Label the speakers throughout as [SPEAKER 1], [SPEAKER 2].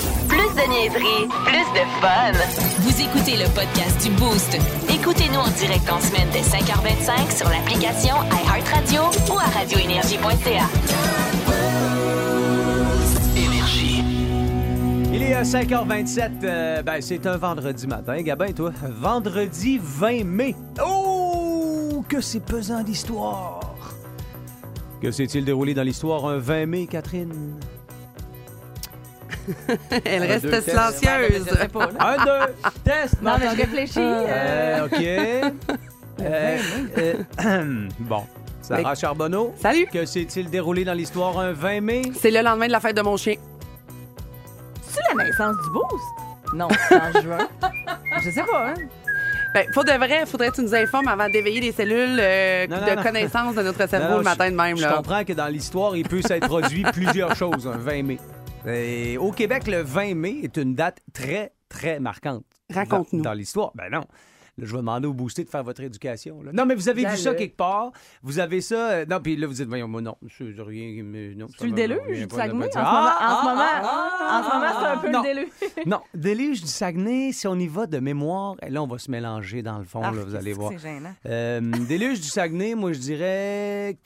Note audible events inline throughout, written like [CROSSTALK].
[SPEAKER 1] de niaiserie, plus de fun. Vous écoutez le podcast du Boost. Écoutez-nous en direct en semaine dès 5h25 sur l'application iHeartRadio ou à radioénergie.ca.
[SPEAKER 2] Il est euh, 5h27, euh, ben, c'est un vendredi matin, Gabin, toi. Vendredi 20 mai. Oh, que c'est pesant d'histoire. Que s'est-il déroulé dans l'histoire un 20 mai, Catherine?
[SPEAKER 3] [LAUGHS] Elle
[SPEAKER 2] Un, deux,
[SPEAKER 3] reste
[SPEAKER 2] test.
[SPEAKER 3] silencieuse.
[SPEAKER 2] Un, deux, test!
[SPEAKER 4] Non, mais je réfléchis.
[SPEAKER 2] Euh, OK. Euh, euh, [CLEARS THROAT] bon, Sarah Charbonneau.
[SPEAKER 3] Salut!
[SPEAKER 2] Que s'est-il déroulé dans l'histoire un 20 mai?
[SPEAKER 3] C'est le lendemain de la fête de mon chien.
[SPEAKER 4] C'est la naissance du boost? Non, c'est en
[SPEAKER 3] [LAUGHS]
[SPEAKER 4] juin. Je sais pas, hein?
[SPEAKER 3] Ben, pour de vrai, faudrait que tu nous informes avant d'éveiller les cellules euh,
[SPEAKER 2] Non, non,
[SPEAKER 3] de
[SPEAKER 2] non.
[SPEAKER 3] connaissance de notre cerveau
[SPEAKER 2] Non, non,
[SPEAKER 3] le matin
[SPEAKER 2] je-
[SPEAKER 3] de même.
[SPEAKER 2] Je
[SPEAKER 3] Là.
[SPEAKER 2] comprends que dans l'histoire, il peut s'être
[SPEAKER 4] [LAUGHS]
[SPEAKER 2] produit plusieurs choses, un 20 mai. Et au Québec, le 20 mai est une date très, très marquante.
[SPEAKER 3] Raconte-nous.
[SPEAKER 2] Dans, dans l'histoire. Ben non. Là, je vais demander au boosté de faire votre éducation. là. Non, mais vous avez vu
[SPEAKER 4] Dale.
[SPEAKER 2] ça quelque part. Vous avez ça. euh, Non, puis là, vous dites, voyons, moi, non, je je- rien. qui me- non, ça
[SPEAKER 4] Tu le
[SPEAKER 2] me-
[SPEAKER 4] déluge
[SPEAKER 2] rien
[SPEAKER 4] du
[SPEAKER 2] pas de-
[SPEAKER 4] Saguenay? En ce moment,
[SPEAKER 2] Ah,
[SPEAKER 4] en ce
[SPEAKER 2] ah,
[SPEAKER 4] moment,
[SPEAKER 2] ah, ah,
[SPEAKER 4] en ce moment, c'est un
[SPEAKER 2] ah,
[SPEAKER 4] peu
[SPEAKER 2] non.
[SPEAKER 4] le déluge.
[SPEAKER 2] [LAUGHS] Non, déluge du Saguenay, si on y va de mémoire, et là, on va se mélanger dans le fond, là, vous allez voir.
[SPEAKER 4] Ah, C'est gênant.
[SPEAKER 2] Euh, déluge du Saguenay, moi je dirais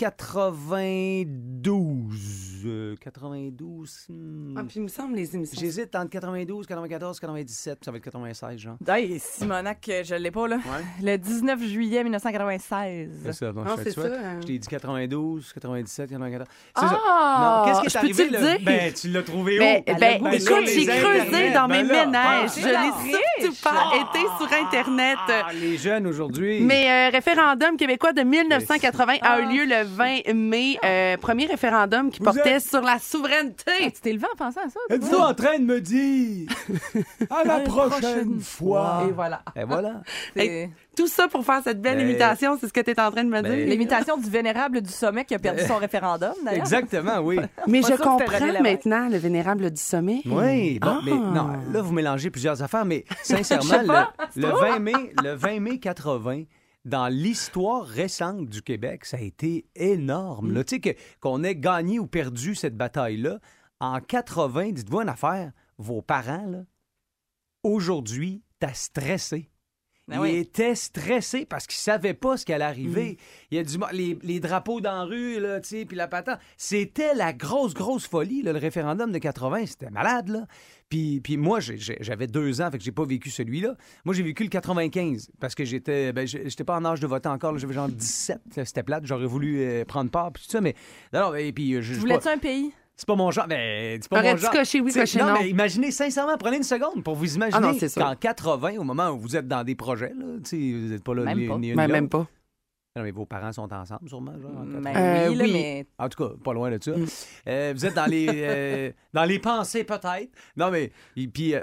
[SPEAKER 2] 92. Euh, 92. hmm.
[SPEAKER 3] Ah, puis il me semble les émissions.
[SPEAKER 2] J'hésite entre 92, 94, 97, puis ça va être 96, genre.
[SPEAKER 4] Hey, Simonac, euh, je l'ai pas, là. Le 19 juillet 1996.
[SPEAKER 2] C'est ça, donc
[SPEAKER 3] Ah,
[SPEAKER 2] je fais
[SPEAKER 3] c'est
[SPEAKER 2] de suite.
[SPEAKER 3] ça, hein.
[SPEAKER 2] Je t'ai dit 92, 97, 94. C'est ça.
[SPEAKER 3] Ah!
[SPEAKER 2] Non, qu'est-ce qui est
[SPEAKER 3] je peux-tu
[SPEAKER 2] arrivé?
[SPEAKER 3] le
[SPEAKER 2] là?
[SPEAKER 3] dire?
[SPEAKER 2] Ben, tu l'as trouvé
[SPEAKER 3] Ben, ben,
[SPEAKER 2] où?
[SPEAKER 4] Elle a goûté
[SPEAKER 3] écoute,
[SPEAKER 4] les
[SPEAKER 3] j'ai creusé
[SPEAKER 4] internets.
[SPEAKER 3] dans mes
[SPEAKER 2] Ben là,
[SPEAKER 3] ménages. je
[SPEAKER 2] ah,
[SPEAKER 4] la
[SPEAKER 3] l'ai
[SPEAKER 4] riche.
[SPEAKER 3] pas été sur Internet.
[SPEAKER 2] Ah, les jeunes aujourd'hui.
[SPEAKER 3] Mais euh, référendum québécois de 1980 a eu
[SPEAKER 4] Ah,
[SPEAKER 3] lieu le 20 mai. Euh, premier référendum qui
[SPEAKER 2] Vous
[SPEAKER 3] portait
[SPEAKER 2] êtes-
[SPEAKER 3] sur la souveraineté.
[SPEAKER 4] Ah, Tu t'es levé en pensant à ça? toi?
[SPEAKER 2] Êtes-vous en train de
[SPEAKER 3] [LAUGHS]
[SPEAKER 2] me dire à la prochaine fois?
[SPEAKER 4] Et voilà.
[SPEAKER 2] Et voilà.
[SPEAKER 4] C'est
[SPEAKER 3] Hey, Tout ça pour faire cette belle
[SPEAKER 2] Ben,
[SPEAKER 3] imitation, c'est ce que tu es en train de me
[SPEAKER 2] ben,
[SPEAKER 3] dire.
[SPEAKER 4] L'imitation du vénérable du sommet qui a perdu son référendum, d'ailleurs.
[SPEAKER 2] Exactement, oui.
[SPEAKER 3] Mais
[SPEAKER 4] Pas
[SPEAKER 3] je
[SPEAKER 4] sûr que c'était René
[SPEAKER 3] comprends
[SPEAKER 4] Lévesque.
[SPEAKER 3] maintenant le vénérable du sommet.
[SPEAKER 4] Mmh.
[SPEAKER 2] Oui, bon,
[SPEAKER 3] Ah.
[SPEAKER 2] mais non, là, vous mélangez plusieurs affaires, mais sincèrement,
[SPEAKER 4] [LAUGHS] Je sais pas,
[SPEAKER 2] le, le 20 mai, le 20 mai 80, dans l'histoire récente du Québec, ça a été
[SPEAKER 4] Mmh.
[SPEAKER 2] énorme. là. Tu sais, que- qu'on ait gagné ou perdu cette bataille-là, en 80, dites-vous une affaire, vos parents, là, aujourd'hui, t'as stressé.
[SPEAKER 4] Ben
[SPEAKER 2] il
[SPEAKER 4] oui. Mmh.
[SPEAKER 2] était stressé parce qu'il savait pas ce qui allait arriver. Il y a du mo- les, les drapeaux dans la rue là, tu sais, puis la patente. C'était la grosse grosse folie là, le référendum de 80, c'était malade là. Puis, puis moi j'ai- j'ai- j'avais deux ans, fait que j'ai pas vécu celui-là. Moi j'ai vécu le 95 parce que j'étais ben, j'ai- j'étais pas en âge de voter encore, là. j'avais genre 17, là, c'était plate, j'aurais voulu euh, prendre part puis tout ça mais non, non, et puis euh, je- je sais
[SPEAKER 4] Tu
[SPEAKER 2] pas-
[SPEAKER 4] voulais-tu un pays?
[SPEAKER 2] c'est pas mon genre. Mais c'est pas mon
[SPEAKER 3] Aurais-tu
[SPEAKER 2] genre.
[SPEAKER 3] coché oui,
[SPEAKER 2] T'sais,
[SPEAKER 3] coché
[SPEAKER 2] non,
[SPEAKER 3] non?
[SPEAKER 2] mais imaginez, sincèrement, prenez une seconde pour vous imaginer
[SPEAKER 3] Ah non, c'est sûr.
[SPEAKER 2] qu'en 80, au moment où vous êtes dans des projets, là, t'sais, vous n'êtes pas là
[SPEAKER 4] Même
[SPEAKER 2] ni,
[SPEAKER 4] pas.
[SPEAKER 2] ni une
[SPEAKER 3] Ben,
[SPEAKER 2] ni
[SPEAKER 3] même
[SPEAKER 2] l'autre.
[SPEAKER 3] pas.
[SPEAKER 2] Non, mais vos parents sont ensemble, sûrement. Genre, en 80.
[SPEAKER 4] Ben
[SPEAKER 3] Euh,
[SPEAKER 4] oui, là,
[SPEAKER 3] oui. Mm.
[SPEAKER 4] mais
[SPEAKER 2] En tout cas, pas loin de ça. Euh, vous êtes dans les,
[SPEAKER 3] [LAUGHS]
[SPEAKER 2] euh, dans les pensées, peut-être. Non, mais. et puis, euh,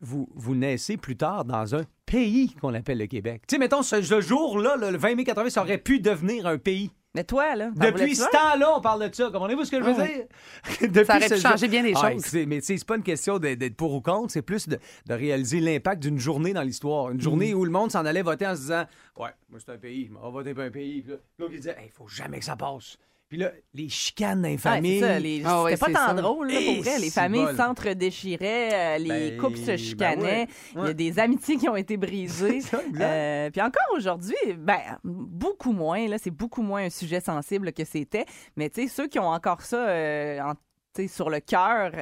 [SPEAKER 2] vous, vous naissez plus tard dans un pays qu'on appelle le Québec. Tu sais, mettons, ce, ce jour-là, le 20 mai 80, ça aurait pu devenir un pays.
[SPEAKER 4] Mais toi, là, t'en
[SPEAKER 2] Depuis
[SPEAKER 4] voulais-tu
[SPEAKER 2] ce
[SPEAKER 4] un?
[SPEAKER 2] temps-là, on parle de ça. Comprenez-vous ce que je veux
[SPEAKER 3] Ah
[SPEAKER 2] dire? [LAUGHS] Depuis
[SPEAKER 3] Ça aurait
[SPEAKER 2] ce
[SPEAKER 3] pu changer bien des
[SPEAKER 2] Ah,
[SPEAKER 3] choses.
[SPEAKER 2] c'est- mais tu sais, c'est pas une question d'être d'être pour ou contre, c'est plus de, de réaliser l'impact d'une journée dans l'histoire. Une
[SPEAKER 4] Mm.
[SPEAKER 2] journée où le monde s'en allait voter en se disant Ouais, moi c'est un pays, on va voter pour un pays. Puis là, l'autre il disait Hey, faut jamais que ça passe. Puis là, les chicanes dans les
[SPEAKER 4] Ouais, c'est
[SPEAKER 2] familles.
[SPEAKER 4] ça, les-
[SPEAKER 3] Ah ouais,
[SPEAKER 4] C'était
[SPEAKER 3] c'est
[SPEAKER 4] pas tant
[SPEAKER 3] ça.
[SPEAKER 4] drôle, là,
[SPEAKER 2] Et
[SPEAKER 4] pour vrai. Les
[SPEAKER 2] c'est
[SPEAKER 4] familles
[SPEAKER 2] bol.
[SPEAKER 4] s'entre-déchiraient, euh, les
[SPEAKER 2] Ben,
[SPEAKER 4] couples se
[SPEAKER 2] ben
[SPEAKER 4] chicanaient.
[SPEAKER 2] ouais.
[SPEAKER 4] Il y a
[SPEAKER 2] Ouais.
[SPEAKER 4] des amitiés qui ont
[SPEAKER 2] [LAUGHS]
[SPEAKER 4] été brisées.
[SPEAKER 2] Ça, exact.
[SPEAKER 4] Euh, puis encore aujourd'hui, ben, beaucoup moins. Là, c'est beaucoup moins un sujet sensible que c'était. Mais tu sais, ceux qui ont encore ça euh, en- tu sais, sur le cœur,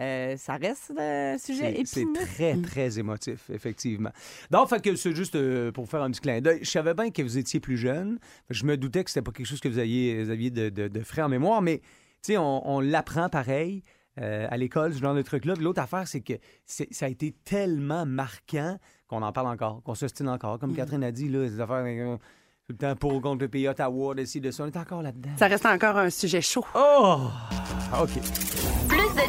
[SPEAKER 4] euh, ça reste euh, un sujet
[SPEAKER 2] C'est- C'est
[SPEAKER 4] épineux.
[SPEAKER 2] très,
[SPEAKER 3] Mm.
[SPEAKER 2] très émotif, effectivement. Donc, fait que c'est juste euh, pour faire un petit clin d'œil. Je savais bien que vous étiez plus jeune. Je me doutais que c'était pas quelque chose que vous aviez, vous aviez de, de, de frais en mémoire, mais tu sais, on, on l'apprend pareil. euh, à l'école, ce genre de truc-là. Puis L'autre affaire, c'est que c'est- ça a été tellement marquant qu'on en parle encore, qu'on s'ostine encore.
[SPEAKER 3] Mm.
[SPEAKER 2] Comme Catherine a dit, là, ces affaires euh, tout le temps pour ou contre le pays, Ottawa, de ci, de ça. On est encore là-dedans.
[SPEAKER 3] Ça reste encore un sujet chaud.
[SPEAKER 2] Oh! OK.
[SPEAKER 1] Plus de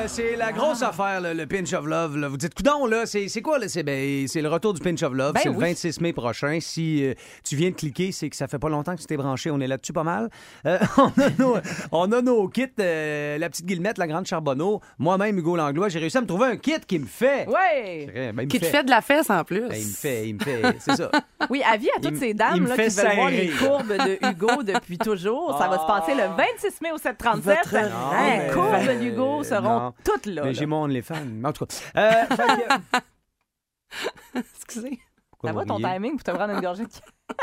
[SPEAKER 2] euh, c'est la grosse affaire, là, le Pinch of Love. là. Vous dites, coudon, là, c'est c'est quoi, là? C'est ben, c'est le retour du Pinch of Love.
[SPEAKER 4] Ben
[SPEAKER 2] c'est le
[SPEAKER 4] oui.
[SPEAKER 2] 26 mai prochain. Si euh, tu viens de cliquer, c'est que ça fait pas longtemps que tu t'es branché. On est là-dessus pas mal. Euh, [LAUGHS] on, a nos, on a nos kits, euh, la petite Guillemette, la grande Charbonneau, moi-même, Hugo Langlois. J'ai réussi à me trouver un kit qui me fait.
[SPEAKER 4] Ouais.
[SPEAKER 2] Ben, il me
[SPEAKER 3] Qui te
[SPEAKER 2] fait.
[SPEAKER 3] fait de la fesse en plus.
[SPEAKER 2] Ben, il me fait, il me fait. C'est
[SPEAKER 4] [LAUGHS]
[SPEAKER 2] ça.
[SPEAKER 3] [LAUGHS]
[SPEAKER 4] Oui, avis à
[SPEAKER 2] Il
[SPEAKER 4] toutes
[SPEAKER 2] me-
[SPEAKER 4] ces
[SPEAKER 2] il me
[SPEAKER 4] dames là, qui
[SPEAKER 2] fait
[SPEAKER 4] veulent voir les
[SPEAKER 2] serrer. Ah. [LAUGHS]
[SPEAKER 4] courbes de Hugo depuis toujours. Ça va se passer le 26 mai au 737.
[SPEAKER 3] Votre
[SPEAKER 4] Les
[SPEAKER 2] rêve.
[SPEAKER 4] courbes de Hugo seront
[SPEAKER 2] ben, Non.
[SPEAKER 4] toutes là.
[SPEAKER 2] Mais
[SPEAKER 4] là.
[SPEAKER 2] j'ai mon OnlyFans. En
[SPEAKER 4] [LAUGHS]
[SPEAKER 2] tout cas. Euh, fait que-
[SPEAKER 3] Excusez.
[SPEAKER 2] Pourquoi
[SPEAKER 4] Ça
[SPEAKER 2] vous
[SPEAKER 4] va ton
[SPEAKER 2] riez?
[SPEAKER 4] timing pour te prendre une gorgée? de-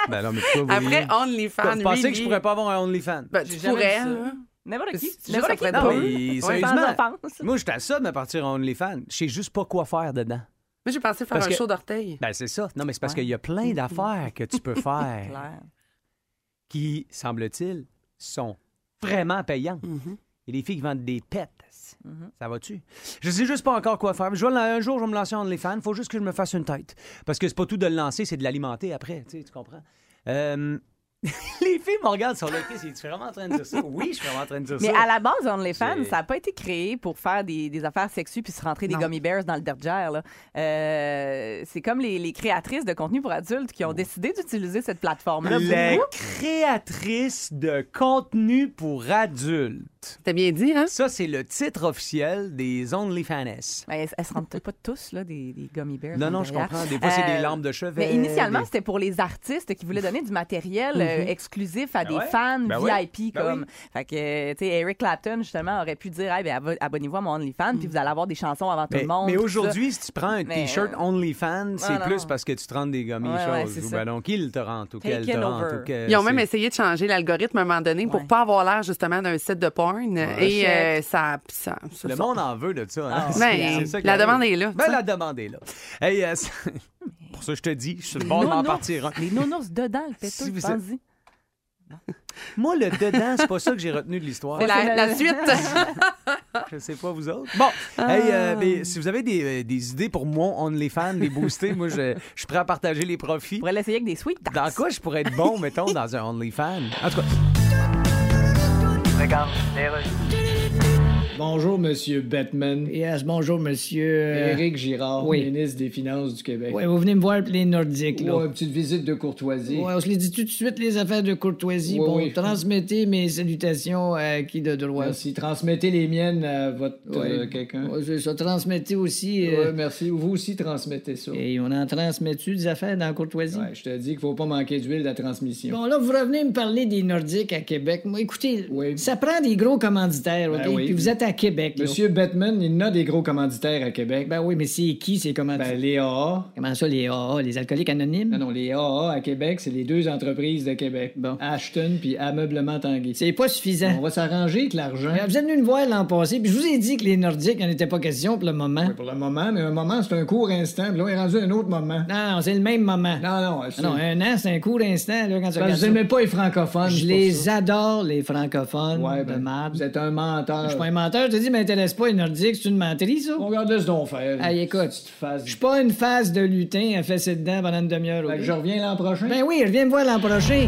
[SPEAKER 2] Ben non, mais pourquoi vous
[SPEAKER 3] Après,
[SPEAKER 2] riez?
[SPEAKER 3] OnlyFans.
[SPEAKER 2] Vous pensez que je
[SPEAKER 3] Lily.
[SPEAKER 2] pourrais pas avoir un OnlyFans?
[SPEAKER 3] Ben, tu
[SPEAKER 4] J'ai jamais
[SPEAKER 3] pourrais,
[SPEAKER 4] vu ça.
[SPEAKER 3] là.
[SPEAKER 4] N'importe qui.
[SPEAKER 3] C'est juste
[SPEAKER 4] N'importe qui.
[SPEAKER 3] après
[SPEAKER 2] Non,
[SPEAKER 3] Pas
[SPEAKER 2] mais
[SPEAKER 4] Sans
[SPEAKER 2] sérieusement.
[SPEAKER 4] offense.
[SPEAKER 2] Moi, je t'assomme de partir en OnlyFans. Je sais juste pas quoi faire dedans.
[SPEAKER 3] Moi, j'ai pensé faire
[SPEAKER 2] Parce
[SPEAKER 3] un
[SPEAKER 2] que-
[SPEAKER 3] show d'orteil.
[SPEAKER 2] Ben, c'est ça. Non, mais c'est parce
[SPEAKER 4] Ouais.
[SPEAKER 2] qu'il y a plein d'affaires que tu
[SPEAKER 4] [LAUGHS]
[SPEAKER 2] peux faire
[SPEAKER 4] Claire.
[SPEAKER 2] qui, semble-t-il, sont vraiment payantes.
[SPEAKER 3] Mhm.
[SPEAKER 2] Il y a des filles qui vendent des pets.
[SPEAKER 4] Mhm.
[SPEAKER 2] Ça va-tu? Je sais juste pas encore quoi faire. Je vais, un jour, je vais me lancer en OnlyFans. Faut juste que je me fasse une tête. Parce que c'est pas tout de le lancer, c'est de l'alimenter après. Tu, sais, tu comprends? Euh, [LAUGHS] Les filles me regardent sur le pied. Je suis vraiment en train de dire ça. Oui, je suis vraiment en train de dire
[SPEAKER 4] Mais
[SPEAKER 2] ça.
[SPEAKER 4] à la base, OnlyFans,
[SPEAKER 2] C'est-
[SPEAKER 4] ça n'a pas été créé pour faire des, des affaires sexues puis se rentrer des
[SPEAKER 3] Non.
[SPEAKER 4] gummy bears dans le derrière. là. Euh, c'est comme les, les créatrices de contenu pour adultes qui ont décidé d'utiliser cette plateforme-là.
[SPEAKER 2] Les
[SPEAKER 4] beaucoup.
[SPEAKER 2] créatrices de contenu pour adultes.
[SPEAKER 3] T'as bien dit, hein?
[SPEAKER 2] Ça, c'est le titre officiel des OnlyFans.
[SPEAKER 4] Mais Ben, elles, elles se rentrent peut-être pas tous là, des, des gummy bears.
[SPEAKER 2] Non,
[SPEAKER 4] dans
[SPEAKER 2] non,
[SPEAKER 4] le
[SPEAKER 2] je
[SPEAKER 4] derrière.
[SPEAKER 2] comprends. Des fois, c'est
[SPEAKER 4] Euh,
[SPEAKER 2] des lampes de chevet.
[SPEAKER 4] Mais initialement,
[SPEAKER 2] des-
[SPEAKER 4] c'était pour les artistes qui voulaient donner du matériel euh, exclusif à
[SPEAKER 2] Ben
[SPEAKER 4] des
[SPEAKER 2] ouais.
[SPEAKER 4] fans
[SPEAKER 2] Ben oui.
[SPEAKER 4] VIP.
[SPEAKER 2] Ben
[SPEAKER 4] comme. Fait que, euh, tu sais, Eric Clapton, justement, aurait pu dire hey, ben, abo- abonnez-vous à mon OnlyFans,
[SPEAKER 2] Mm.
[SPEAKER 4] puis vous allez avoir des chansons avant tout
[SPEAKER 2] Mais,
[SPEAKER 4] le monde.
[SPEAKER 2] mais
[SPEAKER 4] tout ça.
[SPEAKER 2] aujourd'hui, si tu prends un
[SPEAKER 4] Mais,
[SPEAKER 2] t-shirt
[SPEAKER 4] euh,
[SPEAKER 2] OnlyFans, c'est
[SPEAKER 4] non,
[SPEAKER 2] plus
[SPEAKER 4] non.
[SPEAKER 2] parce que tu te rends des gommes
[SPEAKER 4] Ouais, ouais,
[SPEAKER 2] choses.
[SPEAKER 4] c'est
[SPEAKER 2] ou
[SPEAKER 4] ça.
[SPEAKER 2] ben donc, il te rend ou
[SPEAKER 4] Take
[SPEAKER 2] qu'elle
[SPEAKER 4] it
[SPEAKER 2] te rend.
[SPEAKER 4] over.
[SPEAKER 2] Ou que
[SPEAKER 3] Ils ont même
[SPEAKER 2] c'est-
[SPEAKER 3] essayé de changer l'algorithme à un moment donné pour
[SPEAKER 4] Ouais.
[SPEAKER 3] pas avoir l'air justement d'un site de porn. Et euh, ça, ça, ça-
[SPEAKER 2] Le
[SPEAKER 3] ça-
[SPEAKER 2] monde en veut de ça. hein.
[SPEAKER 4] Ah,
[SPEAKER 2] C'est-
[SPEAKER 3] Ben,
[SPEAKER 2] c'est ça qui
[SPEAKER 3] la
[SPEAKER 2] arrive.
[SPEAKER 3] demande est là.
[SPEAKER 2] Ben,
[SPEAKER 3] tu sais.
[SPEAKER 2] la demande est là. Hey, euh, [LAUGHS] ça- pour ça, je te dis, je suis le bord
[SPEAKER 4] Les
[SPEAKER 2] d'en
[SPEAKER 4] nounours.
[SPEAKER 2] partir. un.
[SPEAKER 4] Les nounours dedans, le péteux,
[SPEAKER 2] Si vous-
[SPEAKER 4] pense-y.
[SPEAKER 2] Moi, le dedans, c'est pas ça que j'ai retenu de l'histoire.
[SPEAKER 3] C'est la,
[SPEAKER 4] c'est
[SPEAKER 3] la
[SPEAKER 4] la- [LAUGHS]
[SPEAKER 3] suite.
[SPEAKER 2] Je sais pas, vous autres. Bon, hey,
[SPEAKER 4] Ah.
[SPEAKER 2] euh, mais si vous avez des, euh, des idées pour mon OnlyFans, les booster, moi, je, je suis prêt à partager les profits.
[SPEAKER 4] On pourrait l'essayer avec des sweet tarts.
[SPEAKER 2] Dans quoi je pourrais être bon, mettons, dans un OnlyFans? En tout cas,
[SPEAKER 5] Bonjour, Monsieur Batman.
[SPEAKER 6] Yes, bonjour, monsieur. euh,
[SPEAKER 5] Éric Girard,
[SPEAKER 6] oui.
[SPEAKER 5] ministre des Finances du Québec.
[SPEAKER 6] Ouais, vous venez me voir pour les Nordiques, là.
[SPEAKER 5] Ouais, une petite visite de courtoisie.
[SPEAKER 6] Ouais, on se les dit tout de suite, les affaires de courtoisie.
[SPEAKER 5] Ouais,
[SPEAKER 6] bon,
[SPEAKER 5] oui.
[SPEAKER 6] transmettez mes salutations à qui de droit.
[SPEAKER 5] Merci. Transmettez les miennes à votre
[SPEAKER 6] Ouais.
[SPEAKER 5] euh, quelqu'un.
[SPEAKER 6] Ouais, c'est ça, transmettez aussi.
[SPEAKER 5] Ouais,
[SPEAKER 6] euh,
[SPEAKER 5] merci. Vous aussi transmettez ça.
[SPEAKER 6] Et on en transmet-tu des affaires dans la courtoisie?
[SPEAKER 5] Ouais, je te dis qu'il faut pas manquer d'huile de la transmission.
[SPEAKER 6] Bon, là, vous revenez me parler des Nordiques à Québec. Moi, écoutez,
[SPEAKER 5] Oui.
[SPEAKER 6] ça prend des gros commanditaires, OK?
[SPEAKER 5] Ben oui.
[SPEAKER 6] Puis vous êtes à Québec, là.
[SPEAKER 5] Monsieur Batman, il y en a des gros commanditaires à Québec.
[SPEAKER 6] Ben oui, mais c'est qui ces commanditaires?
[SPEAKER 5] Ben, les AA.
[SPEAKER 6] Comment ça, les AA, les alcooliques anonymes?
[SPEAKER 5] Non, non, les AA à Québec, c'est les deux entreprises de Québec.
[SPEAKER 6] Bon.
[SPEAKER 5] Ashton puis Ameublement Tanguy.
[SPEAKER 6] C'est pas suffisant. Ben,
[SPEAKER 5] On va s'arranger avec l'argent.
[SPEAKER 6] Vous êtes venu me voir l'an passé, puis je vous ai dit que les Nordiques n'en étaient pas question pour le moment.
[SPEAKER 5] Oui, pour le moment, mais un moment, c'est un court instant. Puis là, on est rendu à un autre moment.
[SPEAKER 6] Non, non, c'est le même moment.
[SPEAKER 5] Non, non, c'est-
[SPEAKER 6] Non, un an, c'est un court instant, là, quand tu
[SPEAKER 5] Parce que
[SPEAKER 6] regardes
[SPEAKER 5] vous
[SPEAKER 6] ça.
[SPEAKER 5] aimez pas les francophones.
[SPEAKER 6] Je
[SPEAKER 5] c'est
[SPEAKER 6] les
[SPEAKER 5] pour ça.
[SPEAKER 6] adore, les francophones
[SPEAKER 5] Ouais,
[SPEAKER 6] de
[SPEAKER 5] ben,
[SPEAKER 6] marde.
[SPEAKER 5] vous êtes un menteur.
[SPEAKER 6] Je suis pas un menteur, je te dis, m'intéresse pas les Nordiques, c'est une menterie, ça?
[SPEAKER 5] Bon, regarde, laisse donc faire.
[SPEAKER 6] Hey, écoute,
[SPEAKER 5] Petite phase.
[SPEAKER 6] Je suis pas une phase de lutin à fesser dedans pendant une demi-heure.
[SPEAKER 5] Fait
[SPEAKER 6] ok?
[SPEAKER 5] que je reviens l'an prochain.
[SPEAKER 6] Ben oui, reviens me voir l'an prochain.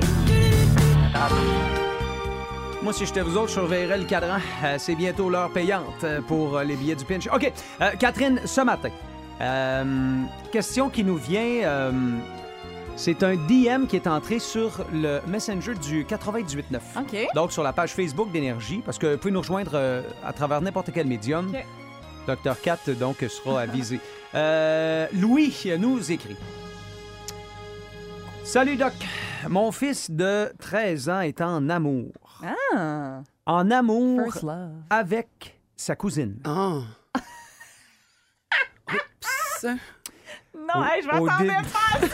[SPEAKER 2] moi, si j'étais vous autres, je surveillerais le cadran. Euh, c'est bientôt l'heure payante euh, pour euh, les billets du pinch. OK, euh, Catherine, ce matin, euh, question qui nous vient... euh, c'est un DM qui est entré sur le Messenger du 98.9.
[SPEAKER 4] OK.
[SPEAKER 2] Donc, sur la page Facebook d'Énergie, parce que vous pouvez nous rejoindre euh, à travers n'importe quel médium.
[SPEAKER 4] Ok.
[SPEAKER 2] Docteur Cat, donc, sera avisé. Euh, Louis nous écrit. Salut, Doc. Mon fils de 13 ans est en amour.
[SPEAKER 4] Ah,
[SPEAKER 2] En amour
[SPEAKER 4] first love.
[SPEAKER 2] avec sa cousine.
[SPEAKER 3] Oh. Oups.
[SPEAKER 4] Non, hey, je
[SPEAKER 2] Au- au
[SPEAKER 4] m'attendais
[SPEAKER 2] dé-
[SPEAKER 4] pas.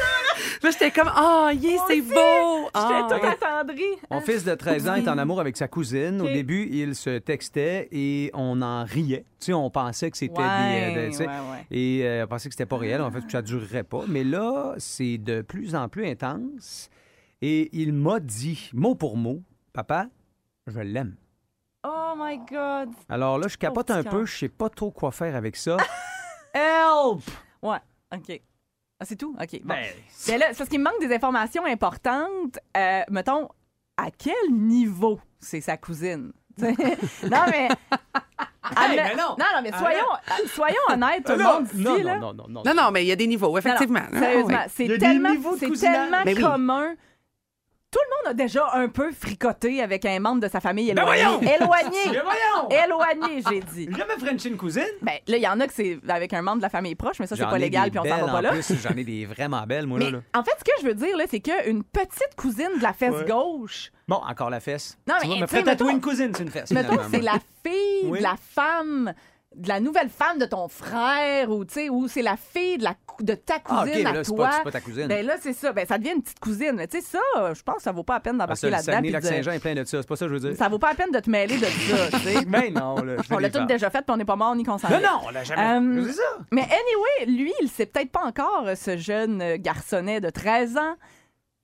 [SPEAKER 3] Là, j'étais comme, oh, yeah,
[SPEAKER 4] Moi
[SPEAKER 3] c'est
[SPEAKER 4] aussi.
[SPEAKER 3] beau. Ah,
[SPEAKER 4] J'étais tout
[SPEAKER 3] ouais.
[SPEAKER 4] attendrie.
[SPEAKER 2] Mon fils de 13 ans est en amour avec sa cousine. Au
[SPEAKER 4] Ok.
[SPEAKER 2] début, ils se textaient et on en riait. Tu sais, on pensait que c'était des... euh,
[SPEAKER 4] Ouais,
[SPEAKER 2] des- tu sais,
[SPEAKER 4] ouais, ouais.
[SPEAKER 2] Et euh, on pensait que c'était pas réel, en fait, que ça durerait pas. Mais là, c'est de plus en plus intense. Et il m'a dit, mot pour mot, papa, je l'aime.
[SPEAKER 4] Oh my God.
[SPEAKER 2] Alors là, je capote
[SPEAKER 4] Oh,
[SPEAKER 2] un
[SPEAKER 4] petit
[SPEAKER 2] peu,
[SPEAKER 4] cœur.
[SPEAKER 2] je sais pas trop quoi faire avec ça. Help!
[SPEAKER 4] Ouais, OK. Ah, c'est tout? OK, bon.
[SPEAKER 2] Ben,
[SPEAKER 4] Mais là, c'est parce qu'il me manque des informations importantes. Euh, mettons, [LAUGHS] à quel niveau c'est sa cousine? non, mais
[SPEAKER 2] Hey,
[SPEAKER 4] Admet-
[SPEAKER 2] mais non! Ah,
[SPEAKER 4] non, mais soyons, soyons honnêtes, tout le
[SPEAKER 2] Non,
[SPEAKER 4] monde ici,
[SPEAKER 2] non,
[SPEAKER 4] là.
[SPEAKER 2] non, non, non,
[SPEAKER 3] Non, non, mais il y a des niveaux,
[SPEAKER 4] Non, non,
[SPEAKER 3] effectivement. Ah,
[SPEAKER 4] sérieusement,
[SPEAKER 3] ouais.
[SPEAKER 2] Il y a
[SPEAKER 4] c'est
[SPEAKER 2] des
[SPEAKER 4] tellement,
[SPEAKER 2] niveaux de
[SPEAKER 4] c'est
[SPEAKER 2] cousinage. Ben
[SPEAKER 4] tellement
[SPEAKER 3] Mais oui.
[SPEAKER 4] commun. Tout le monde a déjà un peu fricoté avec un membre de sa famille
[SPEAKER 2] Ben
[SPEAKER 4] éloigné.
[SPEAKER 2] voyons! Mais [LAUGHS]
[SPEAKER 4] Éloigné!
[SPEAKER 2] voyons!
[SPEAKER 4] éloigné, j'ai dit.
[SPEAKER 2] J'ai jamais French une cousine.
[SPEAKER 4] Ben, là, il y en a que c'est avec un membre de la famille proche, mais [LAUGHS] ça, c'est
[SPEAKER 2] J'en
[SPEAKER 4] pas
[SPEAKER 2] ai des
[SPEAKER 4] légal, puis on s'en
[SPEAKER 2] belles,
[SPEAKER 4] va
[SPEAKER 2] en
[SPEAKER 4] pas là.
[SPEAKER 2] plus, J'en ai des vraiment belles, moi,
[SPEAKER 4] Mais
[SPEAKER 2] là, là.
[SPEAKER 4] en fait, ce que je veux dire, là, c'est qu'une petite cousine de la fesse
[SPEAKER 2] Ouais.
[SPEAKER 4] gauche,
[SPEAKER 2] Bon, encore la fesse.
[SPEAKER 4] Non,
[SPEAKER 2] tu
[SPEAKER 4] mais,
[SPEAKER 2] vois, me
[SPEAKER 4] tu sais,
[SPEAKER 2] ferais tatouer
[SPEAKER 4] mettons-
[SPEAKER 2] une cousine, c'est une fesse.
[SPEAKER 4] mettons que
[SPEAKER 2] finalement,
[SPEAKER 4] c'est
[SPEAKER 2] moi.
[SPEAKER 4] la fille
[SPEAKER 2] Oui.
[SPEAKER 4] de la femme, de la nouvelle femme de ton frère, ou, tu sais, ou c'est la fille de, la, cou- de ta cousine
[SPEAKER 2] Ah, ok, mais
[SPEAKER 4] à
[SPEAKER 2] là, c'est
[SPEAKER 4] toi.
[SPEAKER 2] pas, c'est pas ta cousine.
[SPEAKER 4] Ben là, c'est ça. Ben, ça devient une petite cousine. Mais Tu sais, ça, je pense que ça vaut pas la peine
[SPEAKER 2] Parce que
[SPEAKER 4] d'embarquer
[SPEAKER 2] Ah, le
[SPEAKER 4] Ah, là-dedans. puis de-
[SPEAKER 2] Saguenay-Lac-Saint-Jean est plein de ça, c'est pas ça que je veux dire.
[SPEAKER 4] Ça vaut pas la peine de te mêler de ça, tu sais.
[SPEAKER 2] [LAUGHS] Mais non, là. je
[SPEAKER 4] On l'a
[SPEAKER 2] l'ai
[SPEAKER 4] tout
[SPEAKER 2] fait.
[SPEAKER 4] déjà fait, puis on n'est pas mort ni concerné.
[SPEAKER 2] Non, non, on l'a jamais.
[SPEAKER 4] Euh,
[SPEAKER 2] C'est ça.
[SPEAKER 4] Mais anyway, lui, il sait peut-être pas encore, euh, ce jeune euh, garçonnet de 13 ans.